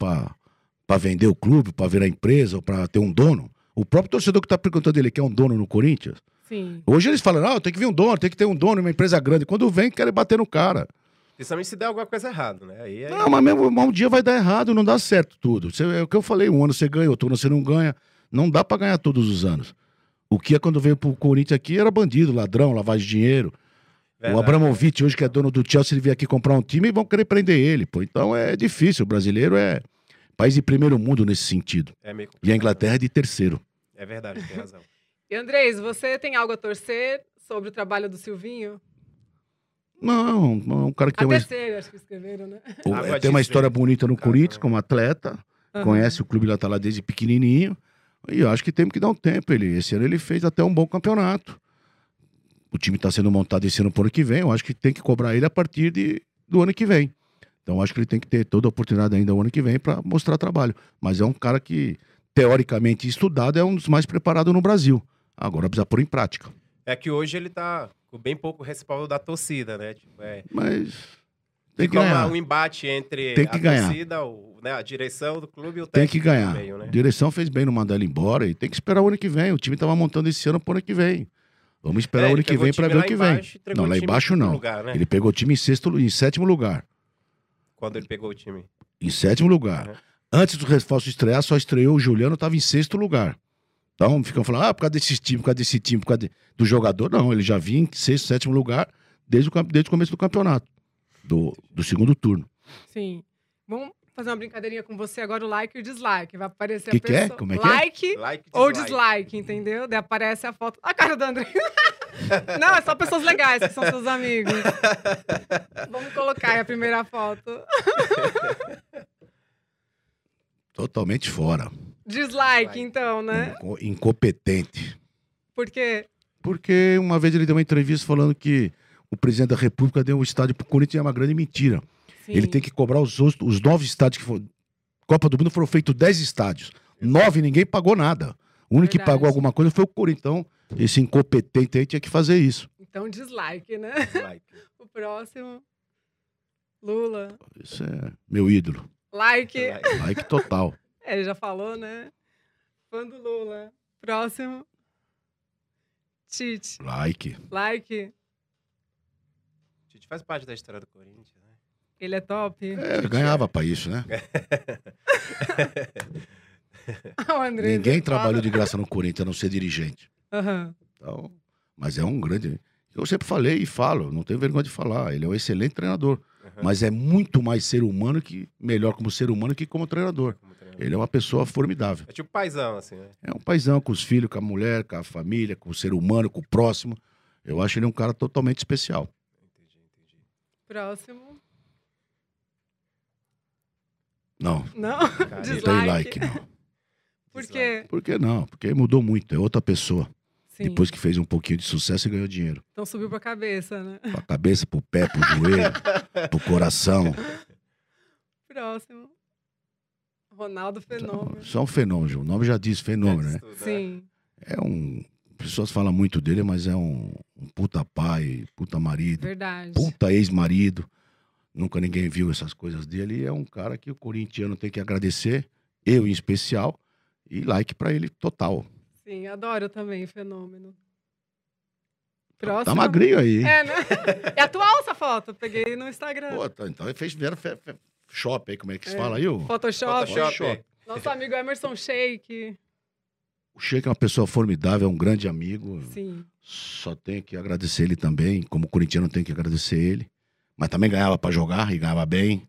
Speaker 3: para vender o clube, para virar empresa ou para ter um dono? O próprio torcedor que está perguntando ele quer um dono no Corinthians.
Speaker 1: Sim.
Speaker 3: Hoje eles falam, ah, tem que vir um dono, tem que ter um dono, uma empresa grande. Quando vem, querem bater no cara.
Speaker 2: Principalmente se der alguma coisa errada, né? Aí, aí-
Speaker 3: Não, mas mesmo, mas um dia vai dar errado, não dá certo tudo. Você- é o que eu falei, um ano você ganha, outro ano você não ganha. Não dá pra ganhar todos os anos. O que é quando veio pro Corinthians aqui era bandido, ladrão, lavagem de dinheiro.
Speaker 2: Verdade.
Speaker 3: O Abramovich, hoje que é dono do Chelsea, ele vier aqui comprar um time e vão querer prender ele. Pô. Então é difícil. O brasileiro é país de primeiro mundo nesse sentido.
Speaker 2: É meio complicado.
Speaker 3: E a Inglaterra é de terceiro.
Speaker 2: É verdade, tem razão.
Speaker 1: E Andrés, você tem algo a torcer sobre o trabalho do Silvinho?
Speaker 3: Não, não, um cara que
Speaker 1: A
Speaker 3: tem uma,
Speaker 1: terceira, acho que escreveram, né?
Speaker 3: o- é,
Speaker 2: Ah, vai
Speaker 3: tem uma
Speaker 2: dizer.
Speaker 3: história bonita no
Speaker 2: Caramba.
Speaker 3: Corinthians como atleta.
Speaker 1: Aham.
Speaker 3: conhece o clube lá, tá lá desde pequenininho. E eu acho que temos que dar um tempo. Ele, esse ano ele fez até um bom campeonato. O time está sendo montado esse ano por ano que vem. Eu acho que tem que cobrar ele a partir de, do ano que vem. Então eu acho que ele tem que ter toda a oportunidade ainda o ano que vem para mostrar trabalho. Mas é um cara que, teoricamente estudado, é um dos mais preparados no Brasil. Agora precisa pôr em prática.
Speaker 2: É que hoje ele tá com bem pouco respaldo da torcida, né? Tipo, é,
Speaker 3: Mas tem que
Speaker 2: Fica uma-
Speaker 3: ganhar.
Speaker 2: um embate entre
Speaker 3: Tem que
Speaker 2: a
Speaker 3: ganhar.
Speaker 2: torcida, o- né, a direção do clube e o
Speaker 3: Tem
Speaker 2: técnico
Speaker 3: que ganhar.
Speaker 2: do meio, né?
Speaker 3: Direção fez bem no mandar ele embora e tem que esperar o ano que vem. O time estava montando esse ano pro ano que vem. Vamos
Speaker 2: É,
Speaker 3: esperar o
Speaker 2: ele
Speaker 3: ano que
Speaker 2: pegou
Speaker 3: vem
Speaker 2: time
Speaker 3: para ver
Speaker 2: lá
Speaker 3: o que vem.
Speaker 2: embaixo e entregou o
Speaker 3: Não, lá
Speaker 2: time em
Speaker 3: embaixo
Speaker 2: quinto
Speaker 3: não.
Speaker 2: lugar, né?
Speaker 3: Ele pegou o time em sexto, lu- em sétimo lugar.
Speaker 2: Quando ele pegou o time.
Speaker 3: Em sétimo lugar.
Speaker 2: Uhum.
Speaker 3: Antes do reforço estrear, só estreou o Juliano, estava em sexto lugar. Então ficam falando, ah, por causa desse time, por causa desse time, por causa de- do jogador. Não, ele já vinha em sexto, sétimo lugar desde o, cam- desde o começo do campeonato, do, do segundo turno.
Speaker 1: Sim. Vamos fazer uma brincadeirinha com você agora, o like e o dislike. Vai aparecer
Speaker 3: Que
Speaker 1: a
Speaker 3: que é?
Speaker 1: pessoa.
Speaker 3: Como é que é?
Speaker 1: like
Speaker 2: Like,
Speaker 1: ou dislike, entendeu? Daí aparece a foto. A cara do André. Não, é só pessoas legais que são seus amigos. Vamos colocar aí a primeira foto.
Speaker 3: Totalmente fora.
Speaker 1: Dislike, então, né?
Speaker 3: Inco- Incompetente.
Speaker 1: Porque.
Speaker 3: Porque uma vez ele deu uma entrevista falando que o presidente da República deu um estádio pro Corinthians e é uma grande mentira.
Speaker 1: sim.
Speaker 3: Ele tem que cobrar os, outros- os nove estádios que foram. Copa do Mundo foram feitos dez estádios. Nove ninguém pagou nada. O único que
Speaker 1: Verdade.
Speaker 3: pagou alguma coisa foi o Corinthians. Então, esse incompetente aí tinha que fazer isso.
Speaker 1: Então, dislike, né?
Speaker 2: dislike.
Speaker 1: O próximo. Lula.
Speaker 3: Isso é meu ídolo.
Speaker 1: Like.
Speaker 2: Like.
Speaker 3: Like total.
Speaker 1: É, ele já falou, né? Fã do Lula. Próximo. Tite.
Speaker 3: Like.
Speaker 1: Like.
Speaker 2: Tite faz parte da história do Corinthians, né?
Speaker 1: Ele é top.
Speaker 3: É, ganhava pra isso, né?
Speaker 1: é. Ah, O André
Speaker 3: Ninguém
Speaker 1: já fala.
Speaker 3: trabalhou de graça no Corinthians, a não ser dirigente.
Speaker 1: Aham.
Speaker 3: Então, mas é um grande. Eu sempre falei e falo, não tenho vergonha de falar. Ele é um excelente treinador.
Speaker 2: Aham.
Speaker 3: Mas é muito mais ser humano que. Melhor como ser humano que como treinador.
Speaker 2: Como
Speaker 3: Ele é uma pessoa formidável.
Speaker 2: É tipo paizão, assim, né?
Speaker 3: É um paizão com os filhos, com a mulher, com a família, com o ser humano, com o próximo. Eu acho ele um cara totalmente especial.
Speaker 2: Entendi, entendi.
Speaker 1: Próximo.
Speaker 3: Não,
Speaker 1: Não,
Speaker 2: Cara,
Speaker 3: não
Speaker 1: Dislike.
Speaker 3: tem like, não.
Speaker 1: por
Speaker 2: dislike.
Speaker 1: quê?
Speaker 3: Por que não? Porque mudou muito, é outra pessoa.
Speaker 1: Sim.
Speaker 3: Depois que fez um pouquinho de sucesso e ganhou dinheiro.
Speaker 1: Então subiu pra cabeça, né?
Speaker 3: Pra cabeça, pro pé, pro joelho, pro coração.
Speaker 1: Próximo. Ronaldo é Fenômeno.
Speaker 3: Só um fenômeno, Ju. o nome já diz fenômeno, né?
Speaker 2: Tudo, né?
Speaker 1: Sim.
Speaker 3: É um. As pessoas falam muito dele, mas é um, um puta pai, puta marido,
Speaker 1: Verdade.
Speaker 3: puta ex-marido. Nunca ninguém viu essas coisas dele. E é um cara que o corintiano tem que agradecer, eu em especial, e like pra ele total. Tá
Speaker 1: Sim, adoro também fenômeno. Próximo.
Speaker 3: Tá magrinho aí. hein?
Speaker 1: É, né? É atual essa foto. Peguei no Instagram.
Speaker 3: Pô, tá, então ele fez primeiro fe- fe- shop aí, como é que se
Speaker 1: É.
Speaker 3: fala aí? ô?
Speaker 1: Photoshop.
Speaker 2: Photoshop.
Speaker 3: Photoshop.
Speaker 1: Nosso amigo Emerson Shake.
Speaker 3: O Sheik é uma pessoa formidável, é um grande amigo.
Speaker 1: Sim.
Speaker 3: Só tenho que agradecer ele também, como corintiano tenho que agradecer ele. Mas também ganhava pra jogar e ganhava bem.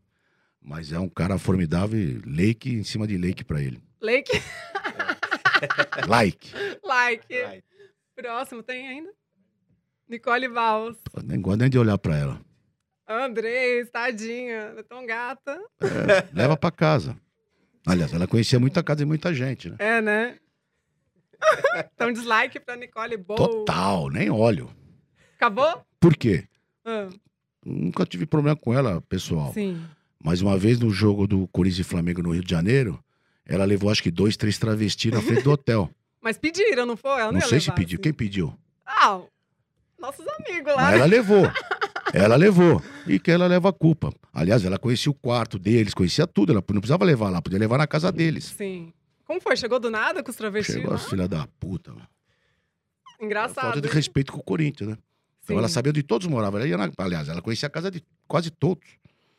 Speaker 3: Mas é um cara formidável, e like em cima de like pra ele.
Speaker 1: Like.
Speaker 3: Like.
Speaker 1: like.
Speaker 2: Like.
Speaker 1: Próximo, tem ainda? Nicole Valls.
Speaker 3: Eu nem gosto nem de olhar pra ela.
Speaker 1: Andrés, tadinha. Ela é tão gata.
Speaker 3: É, leva pra casa. Aliás, ela conhecia muita casa e muita gente, né?
Speaker 1: É, né? então, dislike pra Nicole Bow.
Speaker 3: Total, nem olho.
Speaker 1: Acabou?
Speaker 3: Por quê?
Speaker 1: Ah,
Speaker 3: Nunca tive problema com ela, pessoal.
Speaker 1: sim.
Speaker 3: Mas uma vez no jogo do Corinthians e Flamengo no Rio de Janeiro, ela levou acho que dois, três travestis na frente do hotel.
Speaker 1: Mas pediram, não foi? Ela não,
Speaker 3: Não
Speaker 1: ia
Speaker 3: sei se
Speaker 1: levar,
Speaker 3: pediu.
Speaker 1: assim.
Speaker 3: Quem pediu?
Speaker 1: Ah, o- nossos amigos lá.
Speaker 3: Mas ela levou. Ela levou. E que ela leva a culpa. Aliás, ela conhecia o quarto deles, conhecia tudo. Ela não precisava levar lá, podia levar na casa deles.
Speaker 1: Sim. Como foi? Chegou do nada com os travestis?
Speaker 3: Chegou
Speaker 1: lá?
Speaker 3: as filha da puta. mano.
Speaker 1: Engraçado.
Speaker 3: Falta de
Speaker 1: hein?
Speaker 3: respeito com o Corinthians, né? Então
Speaker 1: Sim,
Speaker 3: ela sabia onde todos moravam. Ela ia na- Aliás, ela conhecia a casa de quase todos.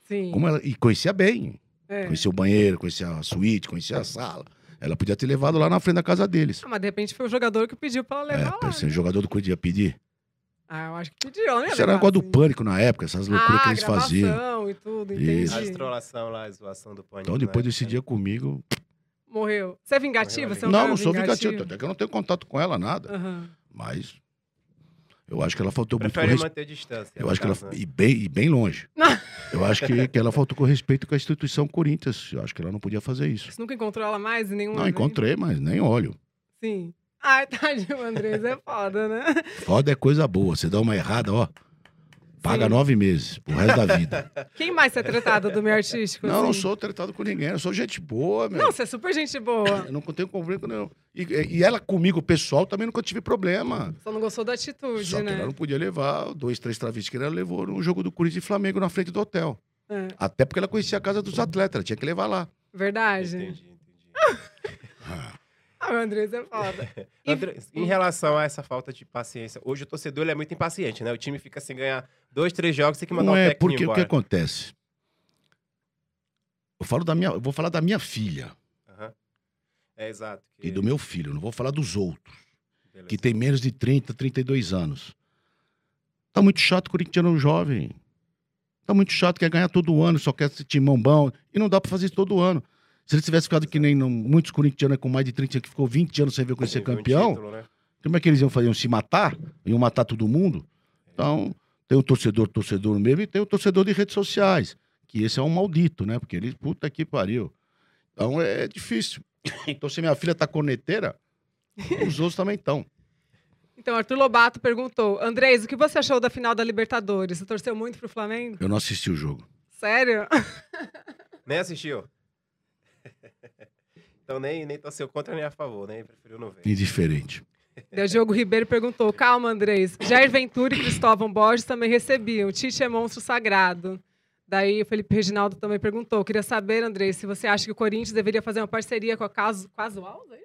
Speaker 1: Sim.
Speaker 3: Como ela... E conhecia bem.
Speaker 1: É.
Speaker 3: Conhecia o banheiro, conhecia a suíte, conhecia a sala. Ela podia ter levado lá na frente da casa deles.
Speaker 1: Ah, mas de repente foi o jogador que pediu pra ela
Speaker 3: É,
Speaker 1: levar lá.
Speaker 3: pra ser jogador do Corinthians ia pedir.
Speaker 1: Ah, eu acho que pediu, né?
Speaker 3: Isso era um negócio do pânico na época, essas loucuras
Speaker 1: ah,
Speaker 3: que eles faziam.
Speaker 1: gravação e tudo, entendi.
Speaker 3: Isso.
Speaker 2: A estrolação lá, a zoação do pânico.
Speaker 3: Então, depois
Speaker 2: né?
Speaker 3: desse dia comigo.
Speaker 1: Morreu. Você é vingativa?
Speaker 2: Morreu
Speaker 1: Você é
Speaker 3: Não,
Speaker 1: um
Speaker 3: não,
Speaker 1: cara
Speaker 3: sou vingativo, até que eu não tenho contato com ela, nada.
Speaker 1: Aham.
Speaker 3: Mas eu acho que ela faltou
Speaker 2: Prefere
Speaker 3: muito com res-
Speaker 2: manter a distância.
Speaker 3: Eu
Speaker 2: no
Speaker 3: acho que ela.
Speaker 2: caso, né?
Speaker 3: E bem, e bem longe.
Speaker 1: Não.
Speaker 3: Eu acho que, que ela faltou com respeito com a instituição Corinthians. Eu acho que ela não podia fazer isso.
Speaker 1: Você nunca encontrou ela mais em nenhum
Speaker 3: Não,
Speaker 1: evento?
Speaker 3: encontrei, mas nem olho.
Speaker 1: Sim. Ai, tadinho, Andrés, é foda, né?
Speaker 3: Foda é coisa boa. Você dá uma errada, ó. Paga
Speaker 1: Sim.
Speaker 3: nove meses pro resto da vida.
Speaker 1: Quem mais você é tratado do meio artístico?
Speaker 3: Não, eu
Speaker 1: assim?
Speaker 3: não sou tratado com ninguém. Eu sou gente boa, meu.
Speaker 1: Não, você é super gente boa.
Speaker 3: Eu não tenho conflito, não. E, e ela comigo, pessoal, também nunca tive problema.
Speaker 1: Só não gostou da atitude,
Speaker 3: Só que
Speaker 1: né?
Speaker 3: ela não podia levar dois, três travestis que ela levou no jogo do Corinthians e Flamengo na frente do hotel.
Speaker 1: É,
Speaker 3: Até porque ela conhecia a casa dos atletas, ela tinha que levar lá.
Speaker 1: verdade.
Speaker 2: Entendi, entendi.
Speaker 1: Ah, o Andrés é foda. E-
Speaker 2: André, em relação a essa falta de paciência, hoje o torcedor ele é muito impaciente, né? O time fica sem ganhar dois, três jogos, tem que mandar
Speaker 3: Não
Speaker 2: um
Speaker 3: é,
Speaker 2: técnico
Speaker 3: porque o que
Speaker 2: embora.
Speaker 3: acontece? Eu falo da minha, eu vou falar da minha filha
Speaker 2: Aham. É, exato.
Speaker 3: e do meu filho, eu não vou falar dos outros,
Speaker 2: beleza.
Speaker 3: que tem menos de 30, 32 anos. Tá muito chato o corintiano jovem. Tá muito chato, quer ganhar todo ano, só quer esse timão bom. E não dá pra fazer isso todo ano. Se ele tivesse ficado que nem no- muitos corintianos com mais de 30 que ficou 20 anos sem ver
Speaker 2: Teve
Speaker 3: conhecer
Speaker 2: um
Speaker 3: campeão,
Speaker 2: título, né?
Speaker 3: como é que eles iam fazer? Iam se matar? Iam matar todo mundo? Então, tem o torcedor, torcedor mesmo, e tem o torcedor de redes sociais, que esse é um maldito, né? Porque ele, puta que pariu. Então, é difícil. Então, se minha filha tá corneteira, os outros também estão.
Speaker 1: Então, Arthur Lobato perguntou: Andrés, o que você achou da final da Libertadores? Você torceu muito pro Flamengo?
Speaker 3: Eu não assisti o jogo.
Speaker 1: Sério?
Speaker 2: Nem assistiu. então nem, nem torceu contra nem a favor, né? Preferiu não ver.
Speaker 3: Indiferente.
Speaker 1: Daí o Diogo Ribeiro perguntou: Calma, Andrés. Jair Ventura e Cristóvão Borges também recebiam. Tite é monstro sagrado. Daí o Felipe Reginaldo também perguntou: Queria saber, Andrés, se você acha que o Corinthians deveria fazer uma parceria com a Caso, Casual, é isso?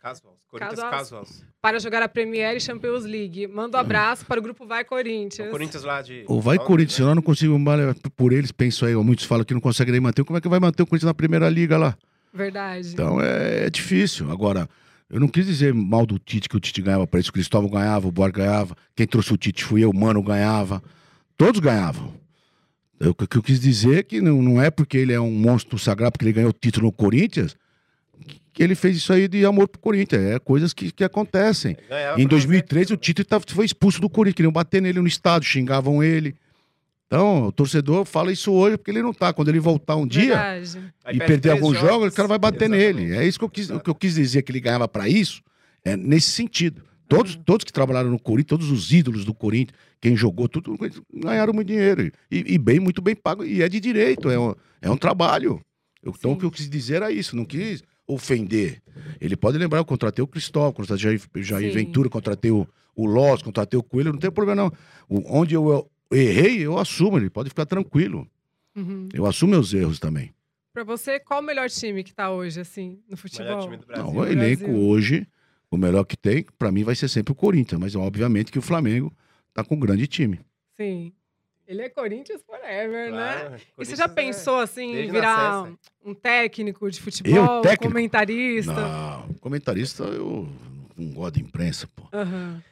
Speaker 2: Casuals. Corinthians
Speaker 1: Casuals.
Speaker 2: casuals.
Speaker 1: para jogar a Premier e Champions League. Manda um abraço para o grupo Vai
Speaker 2: É O
Speaker 1: Corinthians.
Speaker 2: Então, Corinthians lá de.
Speaker 3: Ou vai
Speaker 2: Londres,
Speaker 3: Corinthians,
Speaker 2: né?
Speaker 3: senão eu não consigo mais levar por eles, penso aí, ó, muitos falam que não consegue nem manter. Como é que vai manter o Corinthians na primeira liga lá?
Speaker 1: Verdade.
Speaker 3: Então é, é difícil. Agora, eu não quis dizer mal do Tite, que o Tite ganhava para isso. O Cristóvão ganhava, o Borja ganhava. Quem trouxe o Tite fui eu, o Mano ganhava. Todos ganhavam. Eu- O que eu quis dizer é que não, não é porque ele é um monstro sagrado, porque ele ganhou o título no Corinthians, que ele fez isso aí de amor pro Corinthians. É coisas que, que acontecem.
Speaker 2: né? Ganhava
Speaker 3: Em
Speaker 2: pra
Speaker 3: 2013, o
Speaker 2: cacete.
Speaker 3: Tite tava- foi expulso do Corinthians. Queriam bater nele no estádio, xingavam ele. Então, o torcedor fala isso hoje porque ele não tá. Quando ele voltar um dia
Speaker 1: É Verdade.
Speaker 2: Aí
Speaker 3: e
Speaker 2: perde
Speaker 3: perder
Speaker 2: três
Speaker 3: alguns jogos, o cara vai bater
Speaker 2: Exatamente.
Speaker 3: nele. É isso que eu quis, o que eu quis dizer, que ele ganhava pra isso, é nesse sentido. Todos, todos que trabalharam no Corinthians, todos os ídolos do Corinthians, quem jogou tudo, ganharam muito dinheiro. E, e bem, muito bem pago. E é de direito, é um, é um trabalho. Eu- então,
Speaker 1: Sim.
Speaker 3: o que eu quis dizer era isso, não quis ofender. Ele pode lembrar, eu contratei o Cristóvão, contratei o Jair, Jair
Speaker 1: Sim.
Speaker 3: Ventura, contratei o, o Loss, contratei o Coelho, não tem problema não. O- onde eu, errei, eu assumo, ele pode ficar tranquilo.
Speaker 1: Uhum.
Speaker 3: Eu assumo meus erros também.
Speaker 1: Pra você, qual o melhor time que tá hoje, assim, no
Speaker 2: Melhor
Speaker 1: futebol?
Speaker 2: time do Brasil.
Speaker 3: Não, o elenco
Speaker 1: Brasil.
Speaker 3: hoje, o melhor que tem, pra mim vai ser sempre o Corinthians, mas obviamente que o Flamengo tá com um grande time.
Speaker 1: Sim. Ele é Corinthians forever, né?
Speaker 2: Claro,
Speaker 1: E você
Speaker 2: Corinthians
Speaker 1: já
Speaker 2: é-
Speaker 1: pensou, assim, em
Speaker 2: desde
Speaker 1: virar
Speaker 2: nascença.
Speaker 1: um técnico de
Speaker 3: Eu,
Speaker 1: futebol, um
Speaker 3: técnico?
Speaker 1: comentarista?
Speaker 3: Não, comentarista eu não gosto de imprensa, pô.
Speaker 1: Aham.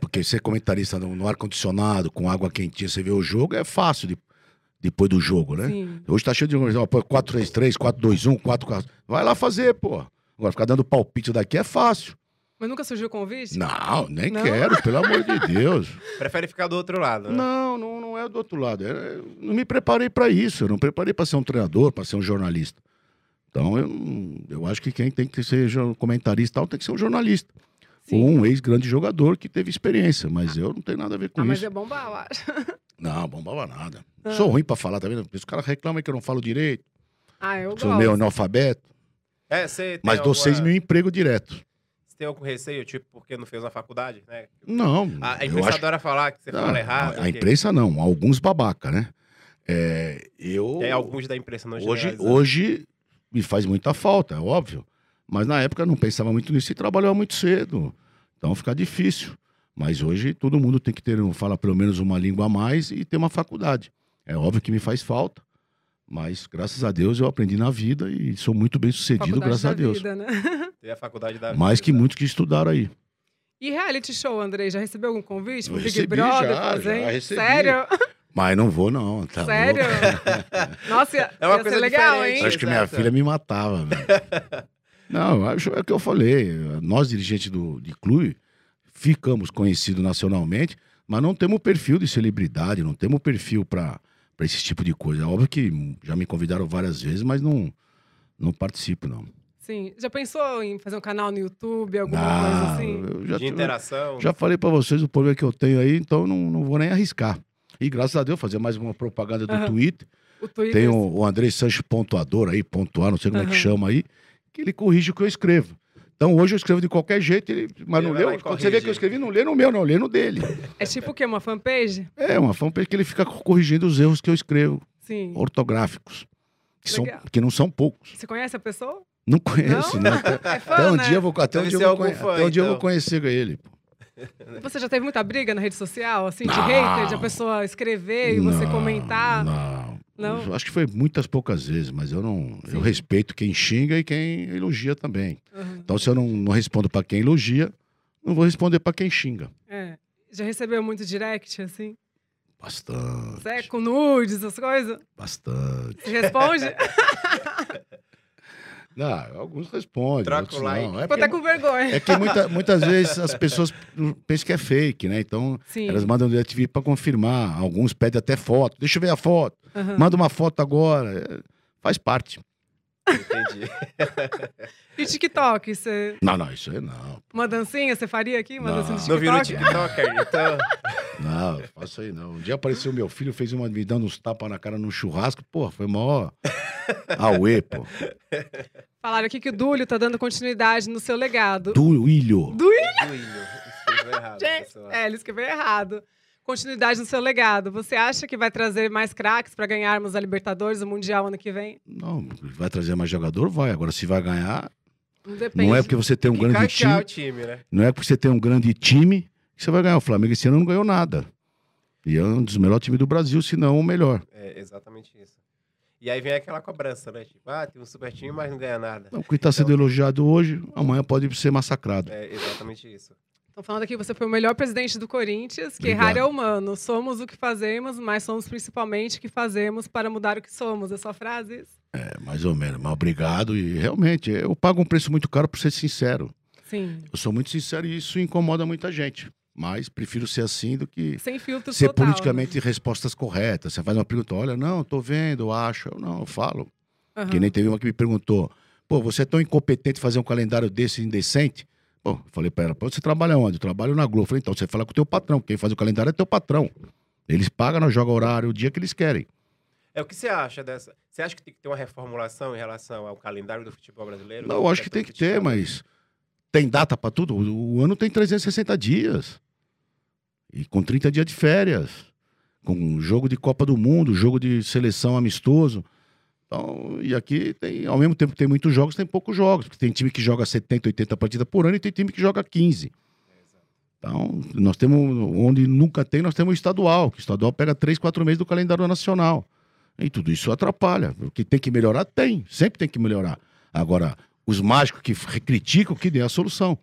Speaker 3: Porque ser comentarista no, no ar-condicionado, com água quentinha, você vê o jogo, é fácil de- depois do jogo, né?
Speaker 1: Sim.
Speaker 3: Hoje tá cheio de organização, pô, 4-3-3, 4-2-1, 4-4. um, Vai lá fazer, pô. Agora ficar dando palpite daqui é fácil.
Speaker 1: Mas nunca surgiu o convite?
Speaker 3: Não, nem
Speaker 1: Não?
Speaker 3: quero, pelo amor de Deus.
Speaker 2: Prefere ficar do outro lado, né?
Speaker 3: Não, não, não é do outro lado. É, Eu não me preparei para isso. Eu não preparei para ser um treinador, para ser um jornalista. Então, eu, não- eu acho que quem tem que ser jo- comentarista e tal, tem que ser um jornalista. Ou
Speaker 1: Sim.
Speaker 3: um ex-grande jogador que teve experiência. Mas eu não tenho nada a ver com
Speaker 1: Ah, mas
Speaker 3: isso.
Speaker 1: é bom bala.
Speaker 3: Não, bombava nada.
Speaker 1: Ah.
Speaker 3: Sou ruim para falar, tá vendo? Os caras reclamam que eu não falo direito.
Speaker 1: Ah, eu gosto.
Speaker 3: Sou meio analfabeto.
Speaker 2: É, você tem
Speaker 3: Mas dou
Speaker 2: alguma-
Speaker 3: 6 mil emprego direto.
Speaker 2: Você tem algum receio, tipo, porque não fez na faculdade, né?
Speaker 3: Não.
Speaker 2: A, a
Speaker 3: eu
Speaker 2: imprensa
Speaker 3: acho-
Speaker 2: adora falar que você
Speaker 3: Ah,
Speaker 2: fala errado.
Speaker 3: A, a
Speaker 2: que-
Speaker 3: imprensa não. Alguns babaca, né? É, eu...
Speaker 2: que É alguns da imprensa, não
Speaker 3: Hoje,
Speaker 2: generalizando.
Speaker 3: hoje me faz muita falta, é óbvio. Mas na época eu não pensava muito nisso e trabalhava muito cedo. Então fica difícil. Mas hoje todo mundo tem que ter, um- fala pelo menos uma língua a mais e ter uma faculdade. É óbvio que me faz falta. Mas graças a Deus eu aprendi na vida e sou muito bem sucedido,
Speaker 1: Faculdade
Speaker 3: graças
Speaker 1: da
Speaker 3: a Deus.
Speaker 1: vida, né?
Speaker 2: Teve a faculdade da
Speaker 3: Mais que
Speaker 2: vida.
Speaker 3: muitos que estudaram aí.
Speaker 1: E reality show, Andrei? Já recebeu algum convite? pro
Speaker 3: Eu
Speaker 1: Big
Speaker 3: recebi,
Speaker 1: Brother?
Speaker 3: já,
Speaker 1: fazer?
Speaker 3: já recebi.
Speaker 1: Sério?
Speaker 3: Mas não vou, não. Tá
Speaker 1: Sério?
Speaker 3: louco?
Speaker 1: Nossa, ia,
Speaker 2: É uma
Speaker 1: ia ser
Speaker 2: coisa
Speaker 1: legal,
Speaker 2: diferente.
Speaker 3: Eu acho
Speaker 1: hein?
Speaker 3: que minha
Speaker 2: Exato.
Speaker 3: filha me matava, velho. Não, eu acho é o que eu falei. Nós, dirigentes do, de clube, ficamos conhecidos nacionalmente, mas não temos perfil de celebridade, não temos perfil para esse tipo de coisa. Óbvio que já me convidaram várias vezes, mas não, não participo, não.
Speaker 1: Sim. Já pensou em fazer um canal no YouTube, alguma coisa
Speaker 3: Ah,
Speaker 1: assim?
Speaker 3: eu já,
Speaker 2: De interação.
Speaker 3: já falei para vocês o problema que eu tenho aí, então eu não, não vou nem arriscar. E graças a Deus, fazer mais uma propaganda do
Speaker 1: Aham.
Speaker 3: Twitter.
Speaker 1: O Twitter.
Speaker 3: Tem o, o André Sancho pontuador aí, pontuar, não sei como é
Speaker 1: Aham.
Speaker 3: que chama aí, que ele corrige o que eu escrevo. Então hoje eu escrevo de qualquer jeito, ele, mas
Speaker 2: Ele
Speaker 3: não
Speaker 2: vai lá
Speaker 3: leu.
Speaker 2: e
Speaker 3: Quando você vê
Speaker 2: corrige.
Speaker 3: que eu escrevi, não lê no meu, não, lê no dele.
Speaker 1: É tipo o quê? Uma fanpage?
Speaker 3: É uma fanpage que ele fica corrigindo os erros que eu escrevo,
Speaker 1: Sim.
Speaker 3: ortográficos, que, são,
Speaker 1: Legal.
Speaker 3: que não são poucos.
Speaker 1: Você conhece a pessoa?
Speaker 3: Não conheço,
Speaker 1: Não?
Speaker 3: não. Até,
Speaker 1: É fã,
Speaker 3: até um
Speaker 1: né?
Speaker 3: dia eu vou, até um
Speaker 2: Deve
Speaker 3: dia eu
Speaker 2: ser
Speaker 3: vou,
Speaker 2: algum
Speaker 3: conhe-
Speaker 2: fã,
Speaker 3: até um dia eu vou
Speaker 2: então.
Speaker 3: conhecer ele. pô.
Speaker 1: Você já teve muita briga na rede social, assim, de
Speaker 3: Não.
Speaker 1: hater, de a pessoa escrever e você
Speaker 3: Não,
Speaker 1: comentar?
Speaker 3: Não.
Speaker 1: Não?
Speaker 3: Eu acho que foi muitas poucas vezes, mas eu não.
Speaker 1: Sim.
Speaker 3: Eu respeito quem xinga e quem elogia também.
Speaker 1: Aham.
Speaker 3: Então, se eu não, não respondo para quem elogia, não vou responder para quem xinga.
Speaker 1: É. Já recebeu muito direct, assim?
Speaker 3: Bastante.
Speaker 1: Zé, com nudes, essas coisas?
Speaker 3: Bastante.
Speaker 1: Você responde?
Speaker 3: É, Não, alguns respondem.
Speaker 2: Troca
Speaker 3: outros
Speaker 2: o like.
Speaker 3: Não. É,
Speaker 1: Ficou até
Speaker 3: porque,
Speaker 1: com vergonha.
Speaker 3: é que muita- muitas vezes as pessoas pensam que é fake, né? Então,
Speaker 1: Sim.
Speaker 3: elas mandam direct para confirmar. Alguns pedem até foto. Deixa eu ver a foto.
Speaker 1: Aham.
Speaker 3: Manda uma foto agora. É, Faz parte.
Speaker 2: Entendi.
Speaker 1: E TikTok? Você...
Speaker 3: Não, não, isso aí não.
Speaker 1: Uma dancinha você faria aqui? Uma
Speaker 3: Não.
Speaker 1: dancinha do
Speaker 2: Não virou
Speaker 1: TikTok?
Speaker 2: TikToker, então.
Speaker 3: Não, eu faço aí não. Um dia apareceu meu filho, fez uma me dando uns tapas na cara num churrasco. Porra, foi mó. Auê, pô.
Speaker 1: Falaram aqui que o Dúlio tá dando continuidade no seu legado.
Speaker 3: Duílio.
Speaker 1: Dúlio?
Speaker 2: Duílio. Escreveu
Speaker 3: Ah,
Speaker 2: errado,
Speaker 1: Gente,
Speaker 2: pessoal.
Speaker 1: É, ele escreveu errado. Continuidade no seu legado. Você acha que vai trazer mais craques pra ganharmos a Libertadores, o Mundial ano que vem?
Speaker 3: Não, vai trazer mais jogador? Vai. Agora, se vai ganhar,
Speaker 1: Não depende.
Speaker 3: não é porque você tem um
Speaker 2: Que
Speaker 3: grande
Speaker 2: catear o
Speaker 3: time.
Speaker 2: time, né?
Speaker 3: Não é porque você tem um grande time que você vai ganhar. O Flamengo esse ano não ganhou nada. E é um dos melhores times do Brasil, se não o melhor.
Speaker 2: É exatamente isso. E aí vem aquela cobrança, né? Tipo, ah, tem um super time, mas não ganha nada.
Speaker 3: tá Então, o que está sendo elogiado hoje, amanhã pode ser massacrado.
Speaker 2: É exatamente isso.
Speaker 1: Estão falando aqui que você foi o melhor presidente do Corinthians, que errar
Speaker 3: Obrigado.
Speaker 1: é humano. Somos o que fazemos, mas somos principalmente o que fazemos para mudar o que somos. É só frases?
Speaker 3: É, mais ou menos. Mas obrigado. E realmente, eu pago um preço muito caro por ser sincero.
Speaker 1: Sim.
Speaker 3: Eu sou muito sincero e isso incomoda muita gente. Mas prefiro ser assim do que
Speaker 1: Sem filtro
Speaker 3: ser
Speaker 1: total. né?
Speaker 3: politicamente respostas corretas. Você faz uma pergunta, olha, não, tô vendo, eu acho. Eu não, eu falo.
Speaker 1: Aham.
Speaker 3: Que nem teve uma que me perguntou: pô, você é tão incompetente fazer um calendário desse indecente? Bom, eu falei pra ela: pô, você trabalha onde? Eu trabalho na Globo. Eu falei: então, você fala com o teu patrão. Quem faz o calendário é teu patrão. Eles pagam, nós jogamos horário, o dia que eles querem.
Speaker 2: É o que você acha dessa? Você acha que tem que ter uma reformulação em relação ao calendário do futebol brasileiro? né, é
Speaker 3: Não, eu acho que tem que ter, mas tem data pra tudo. O o ano tem 360 dias. E com 30 dias de férias. Com jogo de Copa do Mundo, jogo de seleção amistoso. Então, e aqui tem, ao mesmo tempo que tem muitos jogos, tem poucos jogos. Porque tem time que joga 70, 80 partidas por ano e tem time que joga 15. Então, nós temos, onde nunca tem, nós temos o estadual, que o estadual pega 3, 4 meses do calendário nacional. E tudo isso atrapalha. O que tem que melhorar, tem. Sempre tem que melhorar. Agora, os mágicos que f- criticam que dê a solução.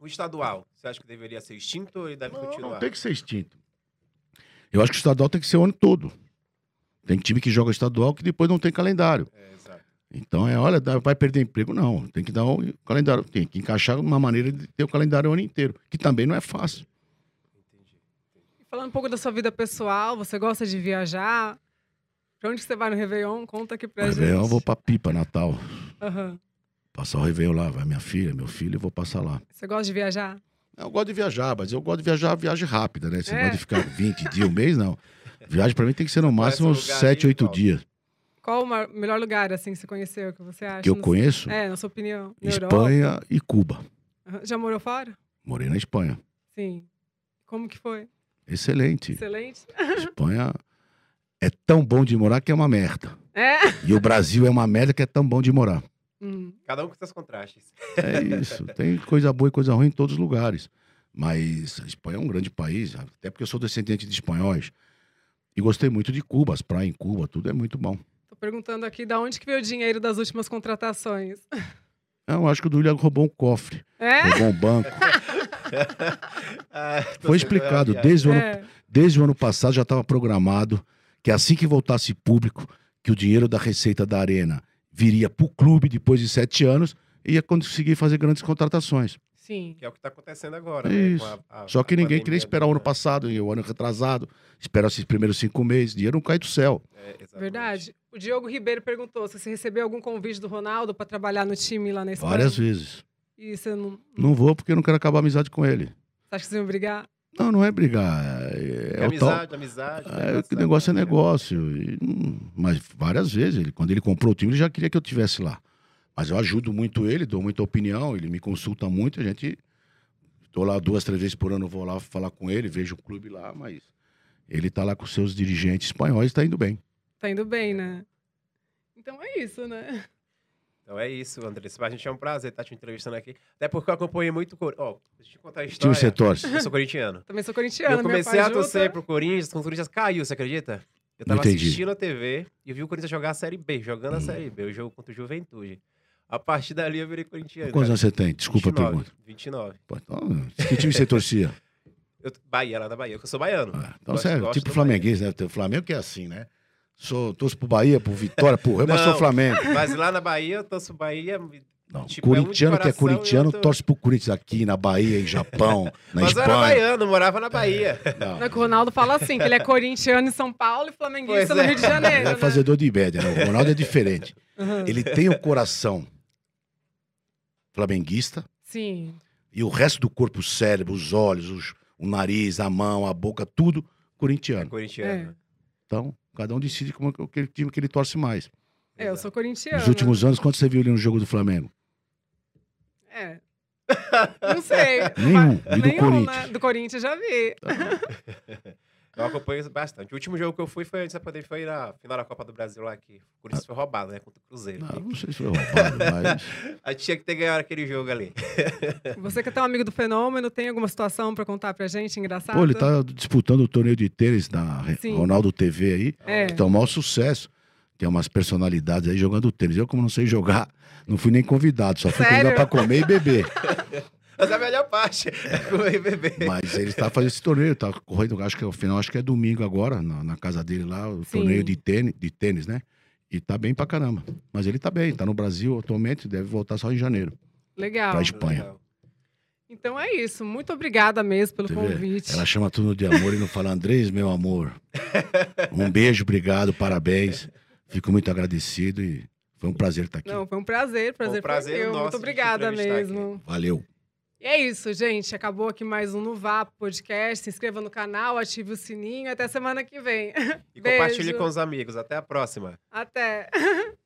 Speaker 2: O estadual, você acha que deveria ser extinto ou ele deve continuar?
Speaker 3: tem que ser extinto. Eu acho que o estadual tem que ser o ano todo. Tem time que joga estadual que depois não tem calendário.
Speaker 2: É, exato.
Speaker 3: Então é, olha, dá- vai perder emprego? Não, tem que dar um calendário, tem que encaixar uma maneira de ter o calendário o ano inteiro, que também não é fácil.
Speaker 2: Entendi.
Speaker 1: Falando um pouco da sua vida pessoal, você gosta de viajar? Pra onde que você vai no Réveillon? Conta aqui pra
Speaker 3: Mas
Speaker 1: gente.
Speaker 3: eu vou pra Pipa, Natal,
Speaker 1: Aham.
Speaker 3: passar o Réveillon lá, vai minha filha, meu filho, eu vou passar lá.
Speaker 1: Você gosta de viajar?
Speaker 3: Eu gosto de viajar, mas eu gosto de viviajar viagem rápida, né? Você
Speaker 1: É.
Speaker 3: gosta de ficar 20 dias, um mês, não. Viagem pra mim tem que ser no máximo uns
Speaker 2: lugar aí,
Speaker 3: 7, 8
Speaker 2: Paulo.
Speaker 3: dias.
Speaker 1: Qual o ma- melhor lugar, assim, que você conheceu, que você acha?
Speaker 3: Que eu
Speaker 1: Não-
Speaker 3: conheço,
Speaker 1: É, na sua opinião. Na Europa?
Speaker 3: Espanha e Cuba.
Speaker 1: Aham. Já morou fora?
Speaker 3: Morei na Espanha.
Speaker 1: Sim. Como que foi?
Speaker 3: Excelente.
Speaker 1: Excelente?
Speaker 3: Espanha é tão bom de morar que é uma merda.
Speaker 1: É?
Speaker 3: E o Brasil é uma merda que é tão bom de morar.
Speaker 1: Hum.
Speaker 2: Cada um com seus contrastes.
Speaker 3: É isso. Tem coisa boa e coisa ruim em todos os lugares. Mas a Espanha é um grande país, até porque eu sou descendente de espanhóis. E gostei muito de Cuba, as praias em Cuba, tudo é muito bom.
Speaker 1: Tô perguntando aqui da onde que veio o dinheiro das últimas contratações.
Speaker 3: Eu acho que o Duílio roubou um cofre,
Speaker 1: É?
Speaker 3: roubou um banco.
Speaker 2: Ah, tô sendo
Speaker 3: Foi explicado,
Speaker 2: uma viagem.
Speaker 3: desde o, ano,
Speaker 1: É.
Speaker 3: desde o ano passado já estava programado que assim que voltasse público, que o dinheiro da receita da Arena viria para o clube depois de sete anos, e ia conseguir fazer grandes contratações.
Speaker 1: Sim.
Speaker 2: Que é o que está acontecendo agora.
Speaker 3: É
Speaker 2: né, com
Speaker 3: isso.
Speaker 2: a- a-
Speaker 3: Só que
Speaker 2: a
Speaker 3: ninguém
Speaker 2: pandemia
Speaker 3: queria esperar
Speaker 2: do-
Speaker 3: o ano passado, e o ano retrasado, esperar esses primeiros cinco meses, dinheiro não cai do céu.
Speaker 2: É, exatamente.
Speaker 1: Verdade. O Diogo Ribeiro perguntou se você recebeu algum convite do Ronaldo pra trabalhar no time lá na Espanha.
Speaker 3: Várias vezes.
Speaker 1: E você não.
Speaker 3: Não vou porque eu não quero acabar a amizade com ele.
Speaker 1: Você acha que vocês iam brigar?
Speaker 3: Não, não é brigar. É,
Speaker 2: É
Speaker 3: é o tal...
Speaker 2: amizade, amizade. né,
Speaker 3: É, que negócio é negócio. E, hum, mas várias vezes, ele, quando ele comprou o time, ele já queria que eu tivesse lá. Mas eu ajudo muito ele, dou muita opinião, ele me consulta muito, a gente. Estou lá duas, três vezes por ano, vou lá falar com ele, vejo o clube lá, mas ele está lá com seus dirigentes espanhóis, está indo bem.
Speaker 1: Tá indo bem, né? Então é isso, né?
Speaker 2: Então é isso, André. Pra gente é um prazer estar te entrevistando aqui. Até porque eu acompanhei muito o Corinthians. Ó, deixa eu te contar a
Speaker 3: Que time
Speaker 2: história.
Speaker 3: você torce?
Speaker 2: Eu sou corintiano.
Speaker 1: Também sou
Speaker 2: Eu,
Speaker 1: corintiana. meu
Speaker 2: comecei
Speaker 1: pai
Speaker 2: a
Speaker 1: junto.
Speaker 2: torcer pro Corinthians, quando o Corinthians caiu, você acredita? Eu
Speaker 3: Não
Speaker 2: tava
Speaker 3: entendi.
Speaker 2: assistindo a TV e vi o Corinthians jogar a Série B, jogando a Série B, o jogo contra o Juventude. A partir dali eu virei corintiano.
Speaker 3: Quantos
Speaker 2: cara.
Speaker 3: anos você tem? Desculpa
Speaker 2: 29,
Speaker 3: a pergunta.
Speaker 2: 29.
Speaker 3: Pô, então, que time você torcia?
Speaker 2: Eu, Bahia, lá da Bahia, que eu sou baiano.
Speaker 3: Ah, então
Speaker 2: Gosto-
Speaker 3: você é
Speaker 2: gosto
Speaker 3: tipo
Speaker 2: do
Speaker 3: flamenguês, né? O Flamengo que é assim, né? Sou, torço pro Bahia, pro Vitória, pro Remo, mas sou
Speaker 2: Não.
Speaker 3: Flamengo.
Speaker 2: Mas lá na Bahia, eu torço Bahia.
Speaker 3: Não,
Speaker 2: Tipo, é um de
Speaker 3: corintiano que é
Speaker 2: coração e
Speaker 3: corintiano
Speaker 2: outro-
Speaker 3: torce pro Corinthians aqui na Bahia, em Japão, na
Speaker 2: mas eu era
Speaker 3: Espanha.
Speaker 2: baiano, morava na Bahia.
Speaker 3: Não.
Speaker 1: Não é que o Ronaldo fala assim, que ele é corintiano em São Paulo e flamenguista
Speaker 2: Pois
Speaker 1: no
Speaker 2: é.
Speaker 1: Rio de Janeiro.
Speaker 3: Ele é
Speaker 1: né?
Speaker 3: fazedor de média, né? O Ronaldo é diferente.
Speaker 1: Aham.
Speaker 3: Ele tem o coração flamenguista
Speaker 1: Sim.
Speaker 3: e o resto do corpo, o cérebro, os olhos, os- o nariz, a mão, a boca, tudo corintiano.
Speaker 2: Corintiano.
Speaker 3: Então, cada um decide como é que- que time que ele torce mais.
Speaker 1: É, eu sou corintiana.
Speaker 3: Nos últimos
Speaker 2: né?
Speaker 3: anos, quanto você viu ele no jogo do Flamengo?
Speaker 1: É. Não sei.
Speaker 3: Nenhum.
Speaker 1: Mas-
Speaker 3: E do
Speaker 1: Nenhum,
Speaker 3: Corinthians?
Speaker 1: né? Do Corinthians já vi.
Speaker 2: Eu acompanho bastante. O último jogo que eu fui foi antes da pandemia, foi na final da Copa do Brasil lá que o Corinthians foi roubado, né? Contra o Cruzeiro.
Speaker 3: Não, não sei se foi roubado, mas.
Speaker 2: A tinha que ter ganhado aquele jogo ali.
Speaker 1: Você que é tão amigo do fenômeno, tem alguma situação pra contar pra gente engraçada?
Speaker 3: Pô, ele tá disputando o torneio de tênis na Re-
Speaker 1: Sim.
Speaker 3: Ronaldo TV aí,
Speaker 1: É.
Speaker 3: que tá o maior sucesso. Tem umas personalidades aí jogando tênis. Eu, como não sei jogar, não fui nem convidado, só fui
Speaker 1: Sério?
Speaker 3: convidado pra comer e beber.
Speaker 2: Mas é a melhor parte é com o RBB.
Speaker 3: Mas ele tá fazendo esse torneio, tá correndo, acho que é o final, acho que é domingo agora, na, na casa dele lá, o
Speaker 1: Sim.
Speaker 3: torneio de tênis, de tênis, né? E tá bem pra caramba. Mas ele tá bem, tá no Brasil atualmente, deve voltar só em janeiro,
Speaker 1: Legal.
Speaker 3: pra Espanha.
Speaker 1: Então é isso. Muito obrigada mesmo pelo
Speaker 3: Você vê?
Speaker 1: convite.
Speaker 3: Ela chama tudo de amor e não fala, Andrés, meu amor. Um beijo, obrigado, parabéns. Fico muito agradecido e foi um prazer estar aqui.
Speaker 1: Não, foi um prazer. Prazer,
Speaker 2: prazer
Speaker 1: foi meu.
Speaker 2: nosso
Speaker 1: Muito
Speaker 2: de te
Speaker 1: obrigada
Speaker 2: entrevistar aqui.
Speaker 1: mesmo.
Speaker 3: Valeu.
Speaker 1: E é isso, gente. Acabou aqui mais um No Vapo Podcast. Se inscreva no canal, ative o sininho. Até semana que vem.
Speaker 2: E
Speaker 1: Beijo.
Speaker 2: compartilhe com os amigos. Até a próxima.
Speaker 1: Até.